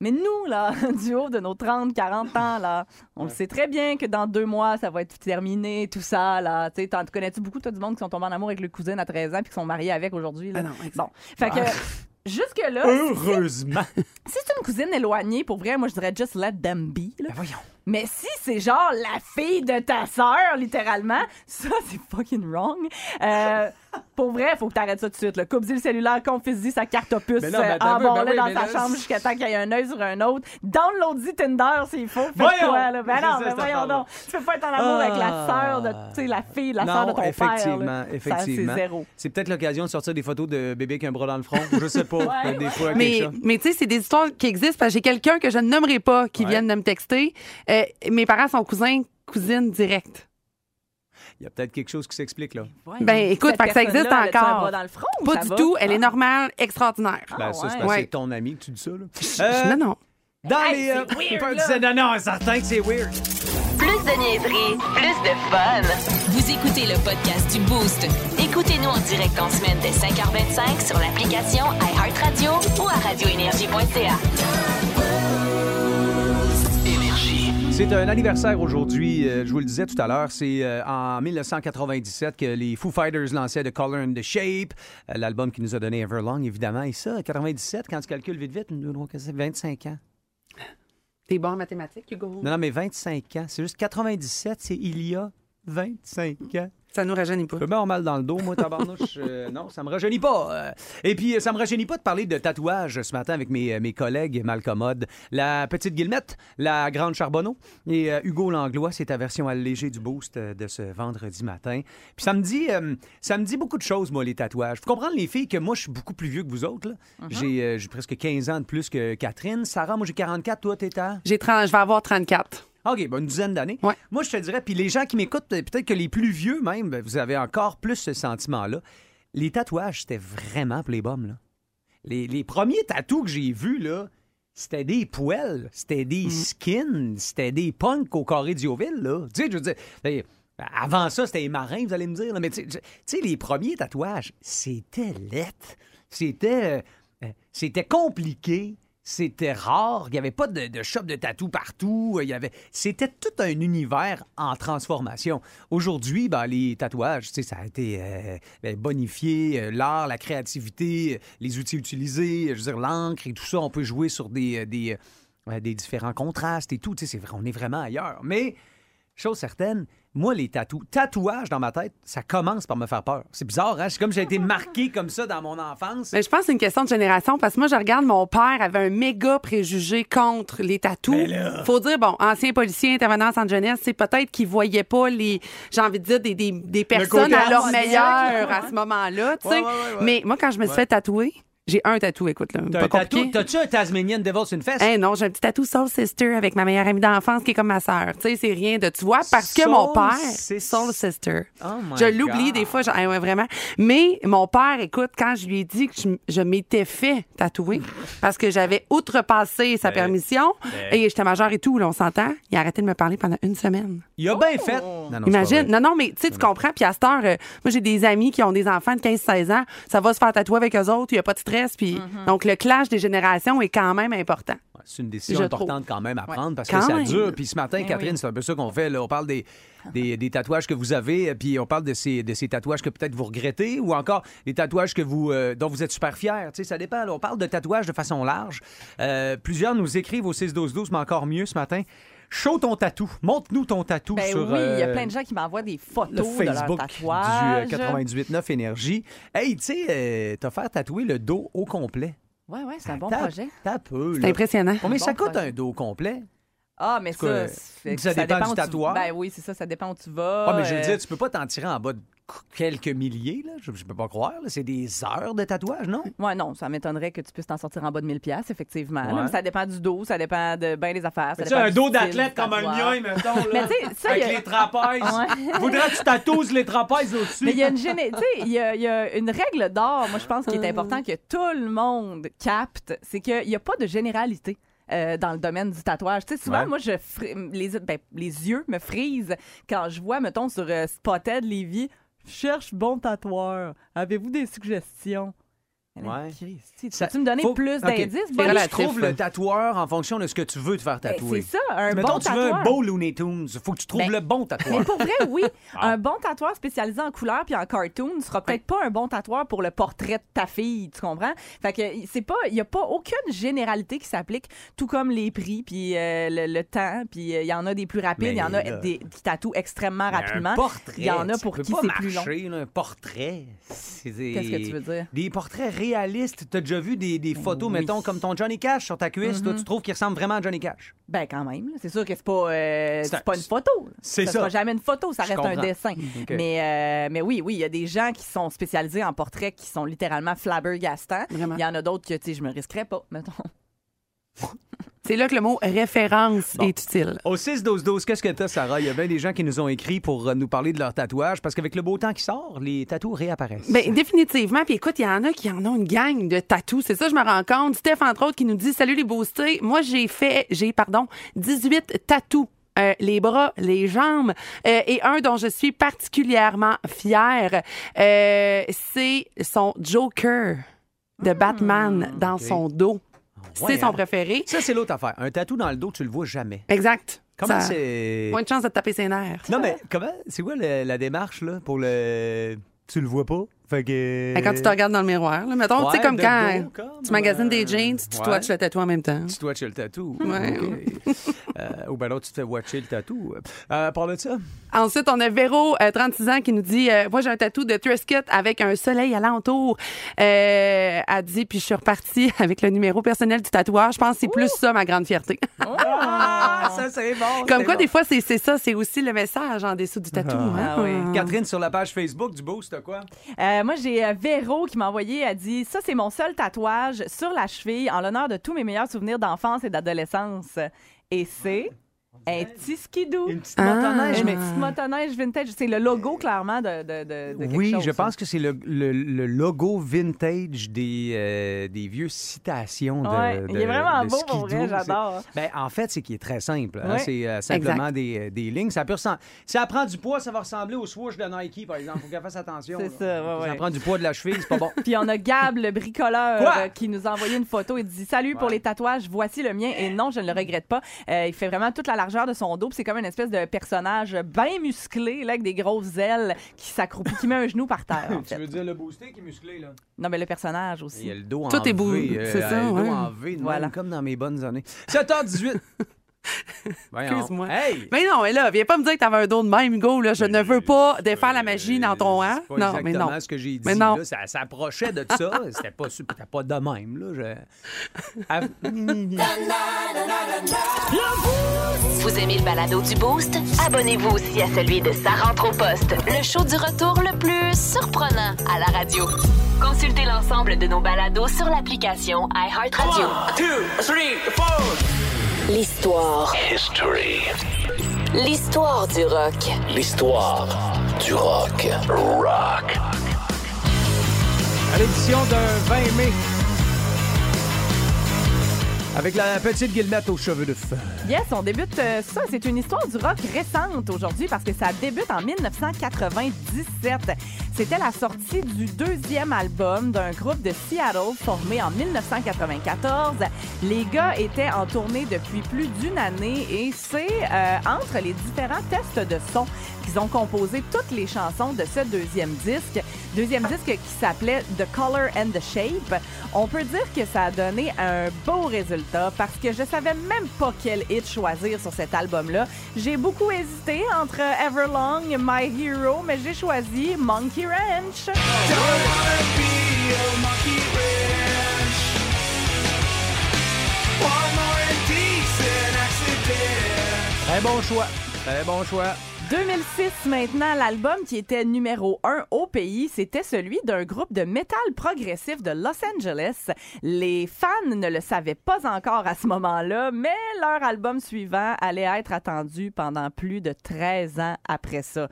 [SPEAKER 4] Mais nous, là, [LAUGHS] du haut de nos 30, 40 ans, là, on le sait très bien que dans deux mois, ça va être terminé, tout ça, là. Tu sais, t'en- connais-tu beaucoup, toi, du monde qui sont tombés en amour avec le cousin à 13 ans puis qui sont mariés avec aujourd'hui, là?
[SPEAKER 3] Ah non, exact.
[SPEAKER 4] bon. Fait que, jusque-là,
[SPEAKER 2] Heureusement.
[SPEAKER 4] si c'est une cousine éloignée, pour vrai, moi, je dirais just let them be, là.
[SPEAKER 2] Ben voyons.
[SPEAKER 4] Mais si c'est genre la fille de ta sœur, littéralement, ça, [LAUGHS] c'est fucking wrong. Euh, pour vrai, faut que t'arrêtes ça tout de suite. là. Coupe-y le cellulaire, confie-y sa carte opus
[SPEAKER 2] Mais non, mais
[SPEAKER 4] euh,
[SPEAKER 2] attends un
[SPEAKER 4] en
[SPEAKER 2] peu, ben
[SPEAKER 4] branlée
[SPEAKER 2] oui,
[SPEAKER 4] dans
[SPEAKER 2] mais
[SPEAKER 4] sa
[SPEAKER 2] là,
[SPEAKER 4] chambre
[SPEAKER 2] c'est-
[SPEAKER 4] jusqu'à temps qu'il y ait un œil sur un autre. Download-y Tinder s'il faut. Fais
[SPEAKER 2] Voyons!
[SPEAKER 4] quoi, là? Ben
[SPEAKER 2] C'est
[SPEAKER 4] non,
[SPEAKER 2] ça,
[SPEAKER 4] mais
[SPEAKER 2] cette
[SPEAKER 4] voyons
[SPEAKER 2] affaire-là.
[SPEAKER 4] donc. Tu peux pas être en amour avec la
[SPEAKER 2] Ah.
[SPEAKER 4] sœur de, tu sais, la fille, la sœur de
[SPEAKER 2] Non,
[SPEAKER 4] ton père.
[SPEAKER 2] effectivement,
[SPEAKER 4] là.
[SPEAKER 2] effectivement.
[SPEAKER 4] Ça, c'est zéro.
[SPEAKER 2] C'est peut-être l'occasion de sortir des photos de bébé qui a un bras dans le front. Je sais pas.
[SPEAKER 4] [LAUGHS] Ouais,
[SPEAKER 2] des
[SPEAKER 4] ouais.
[SPEAKER 2] fois,
[SPEAKER 3] Mais,
[SPEAKER 2] quelque chose.
[SPEAKER 3] mais tu sais, c'est des histoires qui existent parce que j'ai quelqu'un que je ne nommerai pas qui
[SPEAKER 2] Ouais.
[SPEAKER 3] vient de me texter. Euh, mes parents sont cousins, cousines directes.
[SPEAKER 2] Il y a peut-être quelque chose qui s'explique, là.
[SPEAKER 3] Ben écoute,
[SPEAKER 4] Cette
[SPEAKER 3] fait que ça existe
[SPEAKER 4] personne-là, elle a-tu un
[SPEAKER 3] encore.
[SPEAKER 4] bras dans le front ou
[SPEAKER 3] Pas
[SPEAKER 4] ça
[SPEAKER 3] du
[SPEAKER 4] va?
[SPEAKER 3] tout, elle
[SPEAKER 4] Ah.
[SPEAKER 3] est normale, extraordinaire.
[SPEAKER 2] Ben, ça, c'est
[SPEAKER 4] ouais.
[SPEAKER 2] parce que
[SPEAKER 3] Ouais.
[SPEAKER 2] c'est ton ami que tu
[SPEAKER 4] [LAUGHS]
[SPEAKER 2] dis ça, là.
[SPEAKER 3] Je-
[SPEAKER 2] Euh,
[SPEAKER 3] Non, non.
[SPEAKER 2] Dans
[SPEAKER 4] Hey,
[SPEAKER 2] les. euh,
[SPEAKER 4] c'est weird,
[SPEAKER 2] peu-
[SPEAKER 4] là.
[SPEAKER 2] c'est- Non, non, certain que c'est weird.
[SPEAKER 1] Plus de niaiserie, plus de fun. Vous écoutez le podcast du Boost. Écoutez-nous en direct en semaine dès 5h25 sur l'application iHeartRadio ou à radioénergie.ca.
[SPEAKER 2] C'est un anniversaire aujourd'hui. euh, je vous le disais tout à l'heure, c'est euh, en 1997 que les Foo Fighters lançaient The Color and the Shape, euh, l'album qui nous a donné Everlong, évidemment. Et ça, 97, quand tu calcules vite, vite, nous donc, c'est 25 ans.
[SPEAKER 3] T'es bon en mathématiques, Hugo.
[SPEAKER 2] Non, non, mais 25 ans. C'est juste 97, c'est il y a 25 ans.
[SPEAKER 3] Ça nous rajeunit pas.
[SPEAKER 2] Je me mets en mal dans le dos,
[SPEAKER 3] [LAUGHS]
[SPEAKER 2] moi, tabarnouche. Euh, non, ça me rajeunit pas. Euh, Et puis, euh, ça me rajeunit pas de parler de tatouage ce matin avec mes, euh, mes collègues malcommodes. La petite Guillemette, la grande Charbonneau et euh, Hugo Langlois, c'est ta version allégée du boost euh, de ce vendredi matin. Puis ça me dit, euh, ça me dit beaucoup de choses, moi, les tatouages. Vous comprendre, les filles, que moi, je suis beaucoup plus vieux que vous autres. là.
[SPEAKER 3] Uh-huh.
[SPEAKER 2] J'ai euh, j'ai presque 15 ans de plus que Catherine. Sarah, moi, j'ai 44. Toi, t'es à...
[SPEAKER 3] J'ai 30, je vais avoir 34.
[SPEAKER 2] OK, ben une dizaine d'années.
[SPEAKER 3] Ouais.
[SPEAKER 2] Moi, je te dirais, puis les gens qui m'écoutent, euh, peut-être que les plus vieux même, ben, vous avez encore plus ce sentiment-là. Les tatouages, c'était vraiment pour les bombes, là. Les, les premiers tatous que j'ai vus, là, c'était des poêles, c'était des skins, c'était des punks au carré d'Ioville, là. Tu sais, je veux dire... ben, avant ça, c'était les marins, vous allez me dire. là, mais tu tu- tu sais, les premiers tatouages, c'était lettre. C'était... euh, euh, c'était compliqué. C'était rare. Il n'y avait pas de, de shop de tatou partout. Euh, Il y avait... C'était tout un univers en transformation. Aujourd'hui, ben, les tatouages, tu sais, ça a été euh, ben, bonifié. euh, L'art, la créativité, euh, les outils utilisés, euh, je veux dire, l'encre et tout ça. On peut jouer sur des, euh, des, euh, ouais, des différents contrastes et tout. Tu sais, c'est vrai, on est vraiment ailleurs. Mais Chose certaine, moi, les tatous, tatouages dans ma tête, ça commence par me faire peur. C'est bizarre, hein? C'est comme j'ai été marqué comme ça dans mon enfance.
[SPEAKER 3] Mais je pense que c'est une question de génération parce que moi, je regarde, mon père avait un méga préjugé contre les
[SPEAKER 2] Mais
[SPEAKER 3] tatous.
[SPEAKER 2] là-
[SPEAKER 3] Faut dire, bon, ancien policier, intervenant en centre jeunesse, c'est peut-être qu'il voyait pas les, j'ai envie de dire, des, des, des personnes
[SPEAKER 2] côté
[SPEAKER 3] à leur
[SPEAKER 2] harmonieux.
[SPEAKER 3] meilleur à ce moment-là, tu sais.
[SPEAKER 2] Ouais, ouais, ouais, ouais.
[SPEAKER 3] Mais moi, quand je me suis fait tatouer, j'ai un tatou, écoute, là.
[SPEAKER 2] T'as
[SPEAKER 3] pas
[SPEAKER 2] un tatou,
[SPEAKER 3] compliqué.
[SPEAKER 2] t'as-tu un Tasmanian Devil sur une fesse?
[SPEAKER 3] Hey, non, j'ai un petit tatou Soul Sister avec ma meilleure amie d'enfance qui est comme ma sœur. Tu sais, c'est rien de. Tu vois, parce que
[SPEAKER 2] Soul
[SPEAKER 3] mon père.
[SPEAKER 2] Sis-
[SPEAKER 3] Soul Sister.
[SPEAKER 2] Oh my
[SPEAKER 3] je l'oublie
[SPEAKER 2] God.
[SPEAKER 3] des fois, je- ah ouais, vraiment. Mais mon père, écoute, quand je lui ai dit que je, m- je m'étais fait tatouer parce que j'avais outrepassé
[SPEAKER 2] Ben,
[SPEAKER 3] sa permission et j'étais majeure et tout, là, on s'entend, il a arrêté de me parler pendant une semaine.
[SPEAKER 2] Il a bien fait. Non, non, c'est
[SPEAKER 3] Imagine.
[SPEAKER 2] pas vrai.
[SPEAKER 3] Non, non, mais tu sais, tu comprends. Puis à cette heure, euh, moi, j'ai des amis qui ont des enfants de 15-16 ans. Ça va se faire tatouer avec eux autres. Il n'y a pas de stress. Puis donc, le clash des générations est quand même important.
[SPEAKER 2] Mm-hmm. Ouais, C'est une décision
[SPEAKER 3] Je
[SPEAKER 2] importante quand même à prendre parce que
[SPEAKER 3] Quand
[SPEAKER 2] ça
[SPEAKER 3] même.
[SPEAKER 2] dure. Puis ce
[SPEAKER 4] Ben
[SPEAKER 2] matin, Catherine, c'est un peu ça qu'on fait. là. On parle des, des, des tatouages que vous avez, euh, puis on parle de ces, de ces tatouages que peut-être vous regrettez ou encore des tatouages que vous, euh, dont vous êtes super fiers. Tu sais, ça dépend. là. On parle de tatouages de façon large. Euh, plusieurs nous écrivent au 6-12-12, mais encore mieux ce matin. Show ton tatou. Montre-nous ton tatou
[SPEAKER 4] Ben
[SPEAKER 2] sur
[SPEAKER 4] oui, il y a
[SPEAKER 2] euh,
[SPEAKER 4] plein de gens qui m'envoient des photos
[SPEAKER 2] le
[SPEAKER 4] de leurs
[SPEAKER 2] Facebook du euh,
[SPEAKER 4] tatouages.
[SPEAKER 2] 98.9 Énergie. Hey, tu sais, euh, t'as fait tatouer le dos au complet.
[SPEAKER 4] Ouais, ouais, c'est un bon
[SPEAKER 2] T'as-
[SPEAKER 4] projet.
[SPEAKER 2] T'as peu,
[SPEAKER 3] C'est
[SPEAKER 2] là.
[SPEAKER 3] impressionnant.
[SPEAKER 2] Combien
[SPEAKER 4] Bon
[SPEAKER 2] ça coûte
[SPEAKER 4] projet.
[SPEAKER 2] un dos complet?
[SPEAKER 4] Ah, mais
[SPEAKER 2] tout cas,
[SPEAKER 4] ça, c'est-
[SPEAKER 2] ça dépend du
[SPEAKER 4] où tu-
[SPEAKER 2] tatouage.
[SPEAKER 4] Ben oui, c'est ça, ça dépend où tu vas.
[SPEAKER 2] Ah, mais je veux
[SPEAKER 4] euh,
[SPEAKER 2] dire, tu peux pas t'en tirer en bas de quelques milliers, là. Je, je peux pas croire, là. C'est des heures de tatouage, non?
[SPEAKER 4] Ouais, non, ça m'étonnerait que tu puisses t'en sortir en bas de 1000 pièces effectivement. là.
[SPEAKER 2] Ouais.
[SPEAKER 4] Mais Ça dépend du dos, ça dépend de bien des affaires. Ça
[SPEAKER 2] Tu
[SPEAKER 4] dépend
[SPEAKER 2] un
[SPEAKER 4] du
[SPEAKER 2] dos
[SPEAKER 4] style
[SPEAKER 2] d'athlète
[SPEAKER 4] du
[SPEAKER 2] comme un lion,
[SPEAKER 4] tatouage. [LAUGHS]
[SPEAKER 2] mettons, là.
[SPEAKER 4] Mais tu sais, ça,
[SPEAKER 2] avec
[SPEAKER 4] il y a-
[SPEAKER 2] les trapèzes. [LAUGHS] Voudrais que tu tatoues les trapèzes au-dessus.
[SPEAKER 4] Mais il y a une géné- tu sais, il y a- il y a une règle d'or, moi je pense qui est
[SPEAKER 2] Euh.
[SPEAKER 4] important que tout le monde capte, c'est qu'il n'y a pas de généralité. euh, dans le domaine du tatouage. Tu sais, souvent,
[SPEAKER 2] Ouais.
[SPEAKER 4] moi, je fri- les, ben, les yeux me frisent quand je vois, mettons, sur euh, Spotted Lévis, cherche bon tatoueur. Avez-vous des suggestions?
[SPEAKER 2] Ouais.
[SPEAKER 4] Christy,
[SPEAKER 2] Ça-
[SPEAKER 4] tu peux me donner
[SPEAKER 2] faut-
[SPEAKER 4] plus
[SPEAKER 2] OK.
[SPEAKER 4] d'indices?
[SPEAKER 2] Faut
[SPEAKER 4] Bonnie?
[SPEAKER 2] que tu
[SPEAKER 3] relatif,
[SPEAKER 2] trouves
[SPEAKER 3] hein.
[SPEAKER 2] le tatoueur en fonction de ce que tu veux te faire
[SPEAKER 4] Ben,
[SPEAKER 2] tatouer.
[SPEAKER 4] C'est ça, un
[SPEAKER 2] Mettons,
[SPEAKER 4] bon
[SPEAKER 2] tu veux un
[SPEAKER 4] tatoueur.
[SPEAKER 2] beau Looney Tunes. Faut que tu trouves
[SPEAKER 4] Ben,
[SPEAKER 2] le bon
[SPEAKER 4] Mais
[SPEAKER 2] tatoueur.
[SPEAKER 4] pour vrai, oui,
[SPEAKER 2] Ah.
[SPEAKER 4] un bon tatoueur spécialisé en couleurs puis en cartoon ne sera peut-être pas un bon tatoueur pour le portrait de ta fille, tu comprends? Fait que c'est pas, il y a pas aucune généralité qui s'applique, tout comme les prix puis euh, le, le temps puis euh, il y en a des plus rapides,
[SPEAKER 2] Mais
[SPEAKER 4] il y en a
[SPEAKER 2] là-
[SPEAKER 4] des qui tatouent extrêmement rapidement.
[SPEAKER 2] Un portrait.
[SPEAKER 4] Il y en a
[SPEAKER 2] tu
[SPEAKER 4] pour
[SPEAKER 2] peux
[SPEAKER 4] qui
[SPEAKER 2] pas
[SPEAKER 4] c'est plus long.
[SPEAKER 2] marcher, là, un portrait. Qu'est-ce
[SPEAKER 4] Qu'est-ce que tu veux dire? Ben
[SPEAKER 2] Des portraits réalistes. T'as déjà vu des, des photos,
[SPEAKER 4] oui. Mm-hmm.
[SPEAKER 2] mettons, comme ton Johnny Cash sur ta cuisse. Toi, tu trouves qu'il ressemble vraiment à Johnny Cash.
[SPEAKER 4] Ben quand même, là. c'est sûr que c'est pas, euh,
[SPEAKER 2] C'est
[SPEAKER 4] c'est
[SPEAKER 2] un-
[SPEAKER 4] pas une photo.
[SPEAKER 2] c'est
[SPEAKER 4] ça.
[SPEAKER 2] ça.
[SPEAKER 4] sera jamais une photo, ça
[SPEAKER 2] Je
[SPEAKER 4] reste un
[SPEAKER 2] comprends.
[SPEAKER 4] dessin.
[SPEAKER 2] OK.
[SPEAKER 4] Mais, euh, mais oui, oui, il y a des gens qui sont spécialisés en portraits qui sont littéralement flabbergastants.
[SPEAKER 3] Vraiment.
[SPEAKER 4] Il y en a d'autres que, tu sais, je me risquerais pas, mettons.
[SPEAKER 3] C'est là que le mot référence
[SPEAKER 2] Bon.
[SPEAKER 3] est utile.
[SPEAKER 2] Au 6-12-12, qu'est-ce que t'as, Sarah? Il y a bien des gens qui nous ont écrit pour euh, nous parler de leur tatouage parce qu'avec le beau temps qui sort, les tatous réapparaissent.
[SPEAKER 3] Ben, définitivement. Puis écoute, il y en a qui en ont une gang de tatous. C'est ça, je me rends compte. Steph, entre autres, qui nous dit Salut les boostés. Moi, j'ai fait, j'ai, pardon, 18 tatous. Euh, les bras, les jambes, euh, et un dont je suis particulièrement fière, euh, c'est son Joker de Batman dans son dos.
[SPEAKER 2] Ah. ouais,
[SPEAKER 3] c'est son
[SPEAKER 2] hein?
[SPEAKER 3] préféré.
[SPEAKER 2] Ça, c'est l'autre affaire. Un tatou dans le dos, tu le vois jamais.
[SPEAKER 3] Exact.
[SPEAKER 2] Comment
[SPEAKER 3] Ça-
[SPEAKER 2] c'est.
[SPEAKER 3] Moins de chance de te taper ses nerfs.
[SPEAKER 2] Non, mais comment. C'est quoi le- la démarche, là, pour le. Tu le vois pas? Fait que.
[SPEAKER 3] Ben, Quand tu te regardes dans le miroir, là, mettons,
[SPEAKER 2] Ouais,
[SPEAKER 3] tu sais, comme
[SPEAKER 2] de
[SPEAKER 3] quand
[SPEAKER 2] dos, comme,
[SPEAKER 3] tu magasines
[SPEAKER 2] euh,
[SPEAKER 3] des jeans, tu te
[SPEAKER 2] ouais.
[SPEAKER 3] touches le tatouage en même temps.
[SPEAKER 2] Tu te watches le tatou.
[SPEAKER 3] Ouais.
[SPEAKER 2] OK. [LAUGHS] Euh, ou ben alors, tu te fais watcher le tatou. Euh, à part de ça,
[SPEAKER 3] Ensuite, on a Véro, euh, 36 ans, qui nous dit euh, Moi, j'ai un tatou de Triscuit avec un soleil alentour. Euh, elle dit Puis je suis repartie [LAUGHS] avec le numéro personnel du tatouage. Je pense que c'est plus ça, ma grande fierté.
[SPEAKER 4] Oh, [LAUGHS]
[SPEAKER 2] Ah, ça, c'est bon.
[SPEAKER 3] [LAUGHS] Comme
[SPEAKER 2] c'est
[SPEAKER 3] quoi,
[SPEAKER 2] bon.
[SPEAKER 3] des fois, c'est c'est ça, c'est aussi le message en dessous du tatou. hein.
[SPEAKER 4] Ah oui.
[SPEAKER 2] Catherine, sur la page Facebook du Boost, t'as quoi?
[SPEAKER 4] Euh, moi, j'ai euh, Véro qui m'a envoyé, elle dit Ça, c'est mon seul tatouage sur la cheville en l'honneur de tous mes meilleurs souvenirs d'enfance et d'adolescence. Et c'est un petit skidou. Une petite
[SPEAKER 3] Ah. motoneige, mais-
[SPEAKER 4] petite motoneige vintage. C'est le logo, clairement, de, de, de, de quelque
[SPEAKER 2] Oui,
[SPEAKER 4] chose,
[SPEAKER 2] je
[SPEAKER 4] hein.
[SPEAKER 2] pense que c'est le, le- le logo vintage des, euh, des vieux citations de,
[SPEAKER 4] Ouais, il
[SPEAKER 2] de-
[SPEAKER 4] est vraiment
[SPEAKER 2] de
[SPEAKER 4] beau
[SPEAKER 2] Skidoo.
[SPEAKER 4] pour vrai,
[SPEAKER 2] C'est-
[SPEAKER 4] j'adore.
[SPEAKER 2] Ben, en fait, c'est qu'il est très simple. hein.
[SPEAKER 4] Ouais.
[SPEAKER 2] C'est euh, simplement des, des lignes. Ça peut ressem- Si ça prend du poids, ça va ressembler au swoosh de Nike, par exemple. Faut qu'elle fasse attention.
[SPEAKER 4] C'est
[SPEAKER 2] là.
[SPEAKER 4] ça, ouais,
[SPEAKER 2] Si
[SPEAKER 4] ouais.
[SPEAKER 2] ça prend du poids de la cheville, c'est pas
[SPEAKER 4] [LAUGHS]
[SPEAKER 2] bon.
[SPEAKER 4] Puis on a Gab, le bricoleur,
[SPEAKER 2] Quoi?
[SPEAKER 4] euh, qui nous a envoyé une photo et dit Salut pour
[SPEAKER 2] Ouais.
[SPEAKER 4] les tatouages, voici le mien. Et non, je ne le regrette pas. Euh, il fait vraiment toute la largeur de son dos. puis C'est comme une espèce de personnage bien musclé, là, avec des grosses ailes, qui s'accroupit, qui met un genou par
[SPEAKER 2] [LAUGHS]
[SPEAKER 3] Ah,
[SPEAKER 4] terre, en
[SPEAKER 2] tu
[SPEAKER 4] fait.
[SPEAKER 2] veux dire le boosté qui est musclé, là?
[SPEAKER 4] Non, mais le personnage
[SPEAKER 2] Il y
[SPEAKER 4] aussi.
[SPEAKER 2] a le dos en
[SPEAKER 3] Tout est beau,
[SPEAKER 2] V, euh,
[SPEAKER 3] c'est ça,
[SPEAKER 2] Le dos
[SPEAKER 3] ouais.
[SPEAKER 2] en V, de même,
[SPEAKER 4] Voilà.
[SPEAKER 2] comme dans mes bonnes années. 7h18. Voyons.
[SPEAKER 3] [LAUGHS] Excuse-moi.
[SPEAKER 2] Hey! Ben
[SPEAKER 3] Mais non, mais là, viens pas me dire que t'avais un dos de même, Hugo. Là, je ne veux pas défaire la magie dans ton
[SPEAKER 2] Euh,
[SPEAKER 3] hein.
[SPEAKER 2] c'est pas
[SPEAKER 3] Non, mais non.
[SPEAKER 2] exactement ce que j'ai dit.
[SPEAKER 3] Mais non.
[SPEAKER 2] là. ça s'approchait de
[SPEAKER 3] [LAUGHS]
[SPEAKER 2] ça. C'était pas, su- c'était pas de même. Là. Je- Ah,
[SPEAKER 1] Vous aimez le balado du Boost? Abonnez-vous aussi à celui de Sa rentre au poste, le show du retour le plus surprenant à la radio. Consultez l'ensemble de nos balados sur l'application iHeartRadio. L'histoire.
[SPEAKER 7] History.
[SPEAKER 1] L'histoire du rock.
[SPEAKER 7] L'histoire du rock. Rock.
[SPEAKER 2] à l'édition d'un 20 mai. Avec la petite guillemette aux cheveux de feu.
[SPEAKER 4] Yes, on débute euh, ça. C'est une histoire du rock récente aujourd'hui parce que ça débute en 1997. C'était la sortie du deuxième album d'un groupe de Seattle formé en 1994. Les gars étaient en tournée depuis plus d'une année et c'est euh, entre les différents tests de son qu'ils ont composé toutes les chansons de ce deuxième disque. Deuxième disque qui s'appelait The Color and the Shape. On peut dire que ça a donné un beau résultat parce que je savais même pas quel hit choisir sur cet album-là. J'ai beaucoup hésité entre Everlong, My Hero, mais j'ai choisi Monkey Ranch.
[SPEAKER 2] Très bon choix. Très bon choix.
[SPEAKER 4] 2006 maintenant, l'album qui était numéro un au pays, c'était celui d'un groupe de métal progressif de Los Angeles. Les fans ne le savaient pas encore à ce moment-là, mais leur album suivant allait être attendu pendant plus de 13 ans après ça.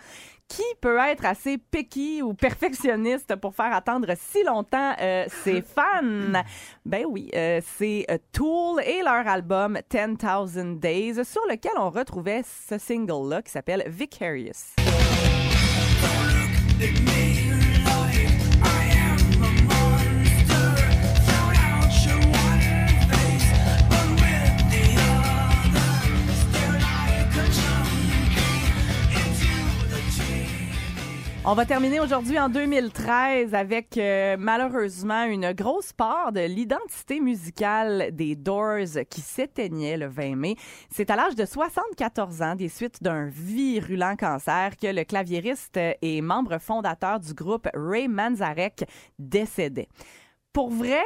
[SPEAKER 4] Qui peut être assez picky ou perfectionniste pour faire attendre si longtemps euh, ses fans? Ben oui, euh, c'est euh, Tool et leur album 10,000 Days, sur lequel on retrouvait ce single-là qui s'appelle Vicarious. On va terminer aujourd'hui en 2013 avec euh, malheureusement une grosse part de l'identité musicale des Doors qui s'éteignait le 20 mai. C'est à l'âge de 74 ans, des suites d'un virulent cancer, que le claviériste et membre fondateur du groupe Ray Manzarek décédait. Pour vrai,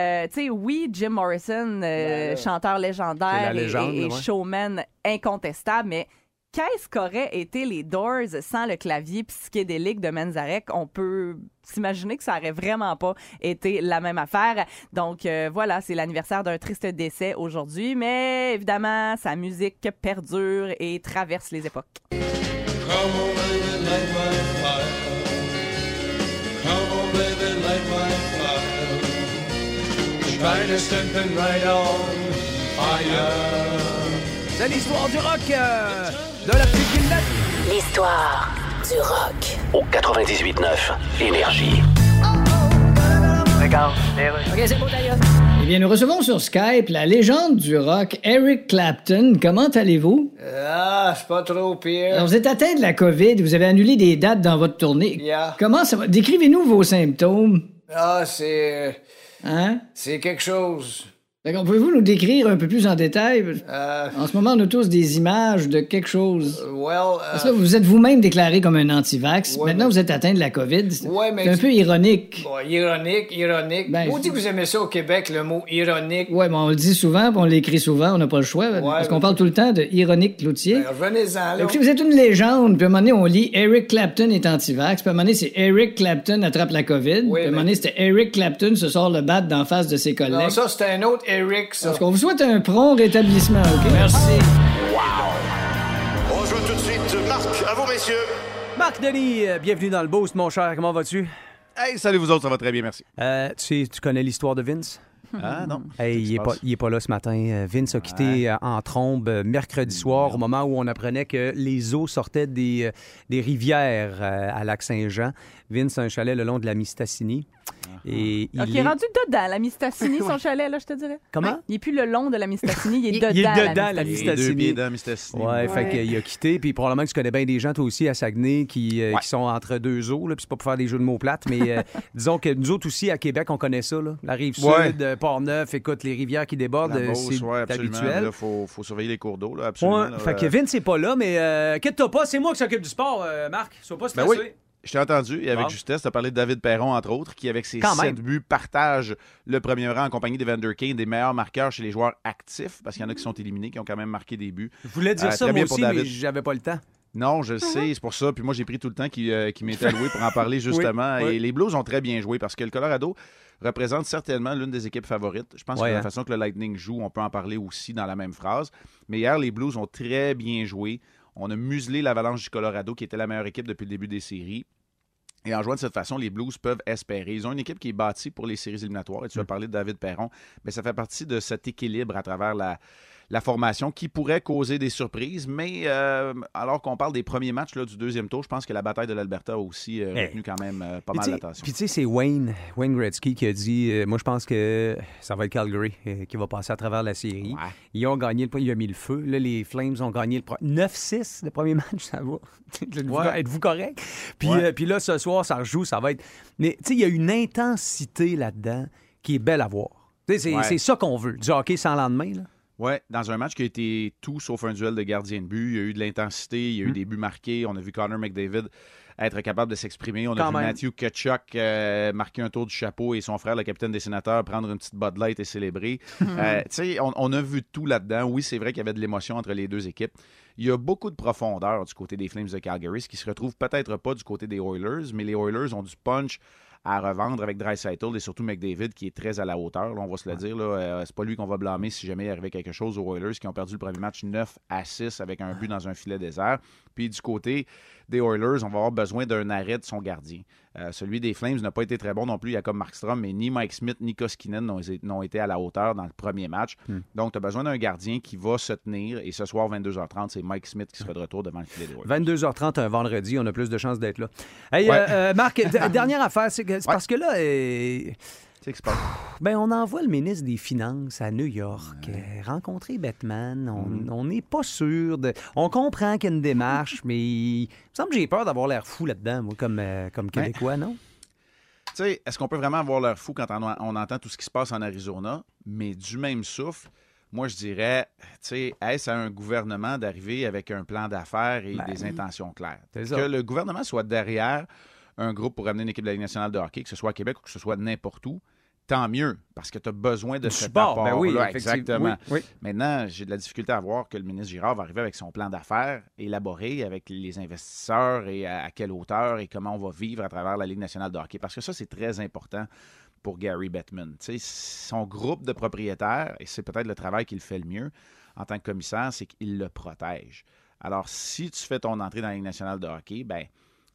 [SPEAKER 4] euh, tu sais, oui, Jim Morrison, euh, chanteur
[SPEAKER 2] Ben, C'est la
[SPEAKER 4] légendaire et-
[SPEAKER 2] légende,
[SPEAKER 4] et, et
[SPEAKER 2] ouais.
[SPEAKER 4] showman incontestable, mais qu'est-ce qu'auraient été les Doors sans le clavier psychédélique de Manzarek? On peut s'imaginer que ça aurait vraiment pas été la même affaire. Donc euh, voilà, c'est l'anniversaire d'un triste décès aujourd'hui, mais évidemment, sa musique perdure et traverse les époques.
[SPEAKER 2] C'est l'histoire du rock euh, de la petite Gillette.
[SPEAKER 1] L'histoire du rock.
[SPEAKER 7] Au 98.9 Énergie.
[SPEAKER 6] Eh bien, nous recevons sur Skype la légende du rock, Eric Clapton. Comment allez-vous?
[SPEAKER 5] Ah, c'est pas trop pire.
[SPEAKER 6] Alors, vous êtes atteint de la COVID, vous avez annulé des dates dans votre tournée.
[SPEAKER 5] Yeah.
[SPEAKER 6] Comment ça va? Décrivez-nous vos symptômes.
[SPEAKER 5] Ah, c'est.
[SPEAKER 6] Hein?
[SPEAKER 5] C'est quelque chose.
[SPEAKER 6] D'accord, pouvez-vous nous décrire un peu plus en détail?
[SPEAKER 5] Euh.
[SPEAKER 6] En ce moment, on a tous des images de quelque chose.
[SPEAKER 5] Well. euh,
[SPEAKER 6] Parce que là, vous êtes vous-même déclaré comme un anti-vax.
[SPEAKER 5] Ouais,
[SPEAKER 6] Maintenant,
[SPEAKER 5] mais-
[SPEAKER 6] vous êtes atteint de la COVID. C'est
[SPEAKER 5] Ouais, mais-
[SPEAKER 6] c'est un peu ironique.
[SPEAKER 5] Bon, ironique, ironique.
[SPEAKER 6] Ben,
[SPEAKER 5] Vous dites que vous aimez ça au Québec, le mot ironique.
[SPEAKER 6] Ouais, mais on le dit souvent, puis on l'écrit souvent, on n'a pas le choix. parce
[SPEAKER 5] mais-
[SPEAKER 6] qu'on parle tout le temps de ironique Cloutier.
[SPEAKER 5] Ben, Revenez-en là.
[SPEAKER 6] Écoutez, vous êtes une légende. Puis à un moment donné, on lit Eric Clapton est anti-vax. Puis à un moment donné, c'est Eric Clapton attrape la COVID. puis à un
[SPEAKER 5] mais-
[SPEAKER 6] moment donné, c'était Eric Clapton se sort le bat d'en face de ses collègues.
[SPEAKER 5] Non, ça, c'est un autre Eric, ça.
[SPEAKER 6] Parce qu'on vous souhaite un prompt rétablissement, OK? Merci.
[SPEAKER 8] On joue tout de suite Marc, à vous messieurs.
[SPEAKER 2] Marc Denis, euh, bienvenue dans le Boost, mon cher. Comment vas-tu?
[SPEAKER 8] Hey, salut vous autres, ça va très bien, merci.
[SPEAKER 2] Euh, tu, sais, tu connais l'histoire de Vince?
[SPEAKER 8] [LAUGHS] Ah non.
[SPEAKER 2] Hey, il, est pas, il est pas là ce matin. Euh, Vince a quitté euh, en trombe euh, mercredi
[SPEAKER 8] Mm,
[SPEAKER 2] soir au moment où on apprenait que les eaux sortaient des, euh, des rivières euh, à Lac-Saint-Jean. Vince a un chalet le long de la Mistassini.
[SPEAKER 8] Ah.
[SPEAKER 2] Et il
[SPEAKER 4] OK,
[SPEAKER 2] est-
[SPEAKER 4] rendu dedans, la Mistassini,
[SPEAKER 2] [LAUGHS]
[SPEAKER 4] son chalet, là, je te dirais.
[SPEAKER 2] Comment?
[SPEAKER 4] Il est plus le long de la Mistassini, il est
[SPEAKER 2] Il-
[SPEAKER 4] dedans.
[SPEAKER 2] il est
[SPEAKER 4] la
[SPEAKER 2] dedans, la
[SPEAKER 4] Mistassini.
[SPEAKER 8] Les deux pieds dans Mr.
[SPEAKER 2] Ouais,
[SPEAKER 8] Sneak.
[SPEAKER 2] fait qu'il a quitté. Puis probablement que tu connais bien des gens, toi aussi, à Saguenay, qui, euh,
[SPEAKER 8] Ouais.
[SPEAKER 2] qui sont entre deux eaux. là, Puis c'est pas pour faire des jeux de mots plates, mais
[SPEAKER 8] [LAUGHS]
[SPEAKER 2] euh, disons que nous autres aussi, à Québec, on connaît ça. Là. La rive sud,
[SPEAKER 8] Ouais.
[SPEAKER 2] euh, Port-Neuf, écoute, les rivières qui débordent,
[SPEAKER 8] La
[SPEAKER 2] euh,
[SPEAKER 8] Beauce,
[SPEAKER 2] c'est
[SPEAKER 8] ouais, absolument.
[SPEAKER 2] habituel.
[SPEAKER 8] Là, faut, faut surveiller les cours d'eau, là, absolument.
[SPEAKER 2] Ouais,
[SPEAKER 8] là.
[SPEAKER 2] fait que
[SPEAKER 8] Euh,
[SPEAKER 2] Vince n'est pas là, mais euh, inquiète-toi pas, c'est moi qui s'occupe du sport, euh, Marc. Sois pas
[SPEAKER 8] Ben
[SPEAKER 2] stressé.
[SPEAKER 8] oui, je t'ai entendu, et avec
[SPEAKER 2] Bon.
[SPEAKER 8] justesse, tu as parlé de David Perron, entre autres, qui, avec ses
[SPEAKER 2] Quand même.
[SPEAKER 8] sept buts, partage le premier rang en compagnie d'Evander Kane, des meilleurs marqueurs chez les joueurs actifs, parce qu'il y en a qui sont éliminés, qui ont quand même marqué des buts.
[SPEAKER 2] Je voulais dire
[SPEAKER 8] Ah, très
[SPEAKER 2] ça moi
[SPEAKER 8] bien pour
[SPEAKER 2] aussi,
[SPEAKER 8] David.
[SPEAKER 2] mais j'avais pas le temps.
[SPEAKER 8] Non,
[SPEAKER 2] Ah
[SPEAKER 8] je le sais, c'est pour ça. Puis moi, j'ai pris tout le temps qui, euh, qui
[SPEAKER 2] [LAUGHS]
[SPEAKER 8] m'était alloué pour en parler justement.
[SPEAKER 2] oui.
[SPEAKER 8] Et les Blues ont très bien joué parce que le Colorado représente certainement l'une des équipes favorites. Je pense
[SPEAKER 2] Ouais,
[SPEAKER 8] que
[SPEAKER 2] hein.
[SPEAKER 8] la façon que le Lightning joue, on peut en parler aussi dans la même phrase. Mais hier, les Blues ont très bien joué. On a muselé l'Avalanche du Colorado, qui était la meilleure équipe depuis le début des séries. Et en jouant de cette façon, les Blues peuvent espérer. Ils ont une équipe qui est
[SPEAKER 2] Mm.
[SPEAKER 8] bâtie pour les séries éliminatoires. Et tu as parlé de David Perron. Mais ça fait partie de cet équilibre à travers la, la formation qui pourrait causer des surprises. Mais euh, alors qu'on parle des premiers matchs là, du deuxième tour, je pense que la bataille de l'Alberta a aussi euh,
[SPEAKER 2] Hey.
[SPEAKER 8] retenu quand même euh, pas
[SPEAKER 2] Puis
[SPEAKER 8] mal
[SPEAKER 2] tu sais-
[SPEAKER 8] l'attention.
[SPEAKER 2] Puis tu sais, c'est Wayne, Wayne Gretzky qui a dit euh, Moi, je pense que ça va être Calgary euh, qui va passer à travers la série.
[SPEAKER 8] Ouais.
[SPEAKER 2] Ils ont gagné le point, il a mis le feu. Là, les Flames ont gagné le pro- [LAUGHS] 9-6 le premier match, ça va. Êtes-vous
[SPEAKER 8] Ouais.
[SPEAKER 2] co- Êtes-vous correct? Puis,
[SPEAKER 8] Ouais.
[SPEAKER 2] euh, puis là, ce soir, ça rejoue, ça va être. Mais tu sais, il y a une intensité là-dedans qui est belle à voir. Tu sais, C'est
[SPEAKER 8] Ouais.
[SPEAKER 2] c'est ça qu'on veut, du hockey sans lendemain. Là.
[SPEAKER 8] Oui, dans un match qui a été tout sauf un duel de gardien de but. Il y a eu de l'intensité, il
[SPEAKER 2] Mm.
[SPEAKER 8] y a eu des buts marqués. On a vu Connor McDavid être capable de s'exprimer. On a
[SPEAKER 2] Quand
[SPEAKER 8] vu
[SPEAKER 2] même.
[SPEAKER 8] Matthew Kachuk euh, marquer un tour du chapeau et son frère, le capitaine des sénateurs, prendre une petite Bud Light et célébrer. Euh, tu sais, on, on a vu tout là-dedans. Oui, c'est vrai qu'il y avait de l'émotion entre les deux équipes. Il y a beaucoup de profondeur du côté des Flames de Calgary, ce qui se retrouve peut-être pas du côté des Oilers, mais les Oilers ont du punch à revendre avec Dreisaitl et surtout McDavid qui est très à la hauteur. là, on va se le dire, là, euh, c'est pas lui qu'on va blâmer si jamais il arrivait quelque chose aux Oilers qui ont perdu le premier match 9 à 6 avec un but dans un filet désert. Puis du côté des Oilers, on va avoir besoin d'un arrêt de son gardien. Euh, celui des Flames n'a pas été très bon non plus. Il y a comme Markstrom, mais ni Mike Smith ni Koskinen n'ont- n'ont été à la hauteur dans le premier match.
[SPEAKER 2] Hmm.
[SPEAKER 8] Donc, tu as besoin d'un gardien qui va se tenir. Et ce soir, 22h30, c'est Mike Smith qui sera de retour devant le filet des Oilers.
[SPEAKER 2] 22h30 un vendredi, on a plus de chances d'être là. Hey,
[SPEAKER 8] Ouais.
[SPEAKER 2] euh, euh, Marc,
[SPEAKER 8] [LAUGHS]
[SPEAKER 2] d- dernière affaire, c'est que- c'est parce que là, euh,
[SPEAKER 8] C'est que c'est pas-
[SPEAKER 2] Ben, on envoie le ministre des Finances à New York euh, rencontrer Batman. On
[SPEAKER 8] Mm-hmm.
[SPEAKER 2] on n'est pas sûr. De... On comprend qu'il y a
[SPEAKER 8] [LAUGHS]
[SPEAKER 2] une démarche, mais il me semble que j'ai peur d'avoir l'air fou là-dedans, moi, comme, euh, comme
[SPEAKER 8] Ben,
[SPEAKER 2] Québécois, non?
[SPEAKER 8] Tu sais, est-ce qu'on peut vraiment avoir l'air fou quand on, on entend tout ce qui se passe en Arizona? Mais du même souffle, moi, je dirais, tu sais, est-ce à un gouvernement d'arriver avec un plan d'affaires et des intentions claires?
[SPEAKER 2] Ben, c'est ça.
[SPEAKER 8] Que le gouvernement soit derrière un groupe pour amener une équipe de la Ligue nationale de hockey, que ce soit à Québec ou que ce soit n'importe où, tant mieux, parce que tu as besoin de
[SPEAKER 2] Du
[SPEAKER 8] cet
[SPEAKER 2] support, ben
[SPEAKER 8] apport-là.
[SPEAKER 2] oui, effectivement.
[SPEAKER 8] exactement.
[SPEAKER 2] Oui, oui.
[SPEAKER 8] Maintenant, j'ai de la difficulté à voir que le ministre Girard va arriver avec son plan d'affaires élaboré avec les investisseurs et à, à quelle hauteur et comment on va vivre à travers la Ligue nationale de hockey. Parce que ça, c'est très important pour Gary Bettman. Tu sais, son groupe de propriétaires, et c'est peut-être le travail qu'il fait le mieux en tant que commissaire, c'est qu'il le protège. Alors, si tu fais ton entrée dans la Ligue nationale de hockey, ben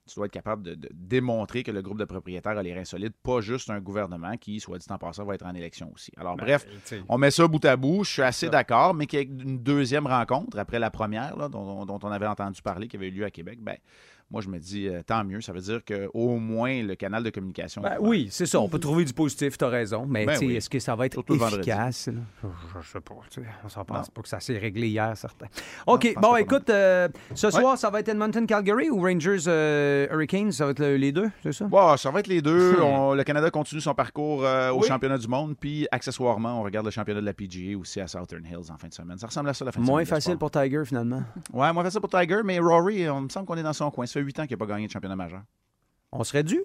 [SPEAKER 8] tu dois être capable de, de démontrer que le groupe de propriétaires a les reins solides, pas juste un gouvernement qui, soit dit en passant, va être en élection aussi. Alors, bref, on met ça bout à bout. Je suis assez d'accord, mais qu'il y ait une deuxième rencontre après la première là, dont, dont on avait entendu parler, qui avait eu lieu à Québec, ben, moi, je me dis euh, tant mieux. Ça veut dire qu'au moins le canal de communication. est
[SPEAKER 2] Ben
[SPEAKER 8] ouvert. Mhm.
[SPEAKER 2] oui, c'est ça. On peut trouver du positif, t'as raison. Mais
[SPEAKER 8] Ben
[SPEAKER 2] tu sais,
[SPEAKER 8] oui.
[SPEAKER 2] est-ce que ça va être
[SPEAKER 8] Surtout le vendredi.
[SPEAKER 2] efficace? là? Je je sais pas. tu sais, On s'en pense
[SPEAKER 8] Non.
[SPEAKER 2] pas que ça s'est réglé hier, certain. OK,
[SPEAKER 8] pense
[SPEAKER 2] bon,
[SPEAKER 8] pas
[SPEAKER 2] écoute, euh, ce soir, ça va être Edmonton-Calgary ou Rangers-Hurricanes? ça va être le- les deux, c'est ça?
[SPEAKER 8] Bon, ça va être les
[SPEAKER 2] [LAUGHS]
[SPEAKER 8] deux. On- le Canada continue son parcours euh, au
[SPEAKER 2] Oui.
[SPEAKER 8] championnat du monde, puis accessoirement, on regarde le championnat de la PGA aussi à Southern Hills en fin de semaine. Ça ressemble à ça la fin de
[SPEAKER 2] Moins
[SPEAKER 8] semaine. de
[SPEAKER 2] facile
[SPEAKER 8] sport.
[SPEAKER 2] pour Tiger, finalement.
[SPEAKER 8] Ouais, moins facile pour Tiger, mais Rory, on me semble qu'on est dans son coin. Ça fait huit ans qu'il n'a pas gagné de championnat majeur.
[SPEAKER 2] On serait dû?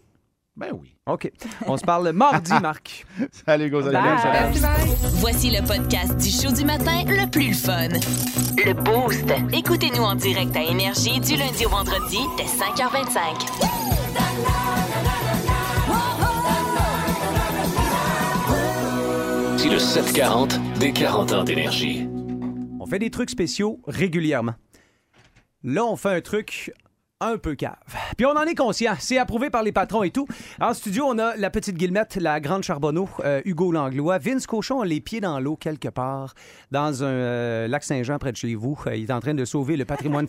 [SPEAKER 8] Ben oui.
[SPEAKER 2] OK. On se
[SPEAKER 8] [LAUGHS]
[SPEAKER 2] parle mardi, Marc.
[SPEAKER 8] Salut, Gonzalo.
[SPEAKER 4] Bye.
[SPEAKER 8] Bonne semaine.
[SPEAKER 1] Voici le podcast du show du matin le plus le fun. Le Boost. Écoutez-nous en direct à Énergie du lundi au vendredi dès
[SPEAKER 4] [LAUGHS]
[SPEAKER 1] 5h25.
[SPEAKER 7] Si le 740 des 40 ans d'énergie.
[SPEAKER 2] On fait des trucs spéciaux régulièrement. Là, on fait un truc un peu cave. Puis on en est conscient. C'est approuvé par les patrons et tout. En studio, on a la petite Guillemette, la grande Charbonneau, euh, Hugo Langlois. Vince Cochon a les pieds dans l'eau quelque part, dans un euh, lac Saint-Jean près de chez vous. Euh, Il est en train de sauver le patrimoine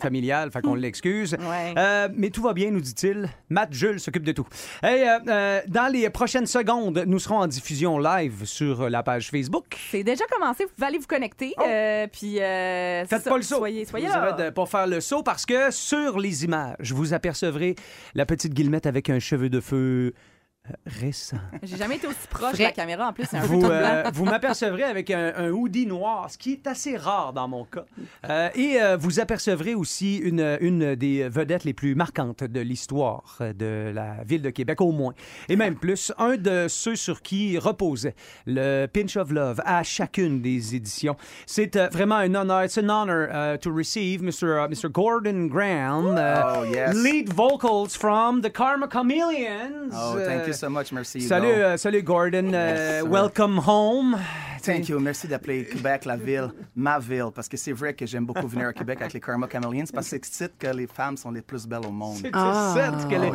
[SPEAKER 8] [LAUGHS]
[SPEAKER 2] familial, fait qu'on l'excuse.
[SPEAKER 4] Ouais.
[SPEAKER 2] Euh, mais tout va bien, nous dit-il. Matt Jules s'occupe de tout. Hey, euh, euh, dans les prochaines secondes, nous serons en diffusion live sur la page Facebook.
[SPEAKER 4] C'est déjà commencé. Vous pouvez aller vous connecter. euh, puis, euh,
[SPEAKER 2] Oh! Faites pas
[SPEAKER 4] c'est ça.
[SPEAKER 2] le saut.
[SPEAKER 4] Soyez, soyez
[SPEAKER 2] vous
[SPEAKER 4] là.
[SPEAKER 2] avez de pas faire le saut parce que sur les images, vous apercevrez la petite guillemette avec un cheveu de feu euh, récent.
[SPEAKER 4] J'ai jamais été aussi proche de
[SPEAKER 3] Frais.
[SPEAKER 4] la caméra. En plus, c'est un peu
[SPEAKER 2] Vous,
[SPEAKER 4] tout
[SPEAKER 2] euh,
[SPEAKER 4] blanc.
[SPEAKER 2] vous m'apercevrez avec un, un hoodie noir, ce qui est assez rare dans mon cas. Euh, et euh, vous apercevrez aussi une, une des vedettes les plus marquantes de l'histoire de la ville de Québec, au moins. Et même plus, un de ceux sur qui reposait le Pinch of Love à chacune des éditions. C'est euh, vraiment un honneur. It's an honor uh, to receive Mr. uh, Mr. Gordon Graham, uh,
[SPEAKER 9] Oh, yes.
[SPEAKER 2] lead vocals from the Karma Chameleons.
[SPEAKER 9] Oh, thank
[SPEAKER 2] Euh,
[SPEAKER 9] you so much. Merci.
[SPEAKER 2] Salut,
[SPEAKER 9] Hugo.
[SPEAKER 2] euh, salut Gordon. Euh,
[SPEAKER 9] Yes, sir.
[SPEAKER 2] welcome home.
[SPEAKER 9] Thank you. Merci d'appeler Québec la ville, ma ville, parce que c'est vrai que j'aime beaucoup venir à Québec avec les Karma Chameleons, parce que c'est excite que les femmes sont les plus belles au monde. Oh,
[SPEAKER 3] Ah.
[SPEAKER 2] C'est qu'elle est-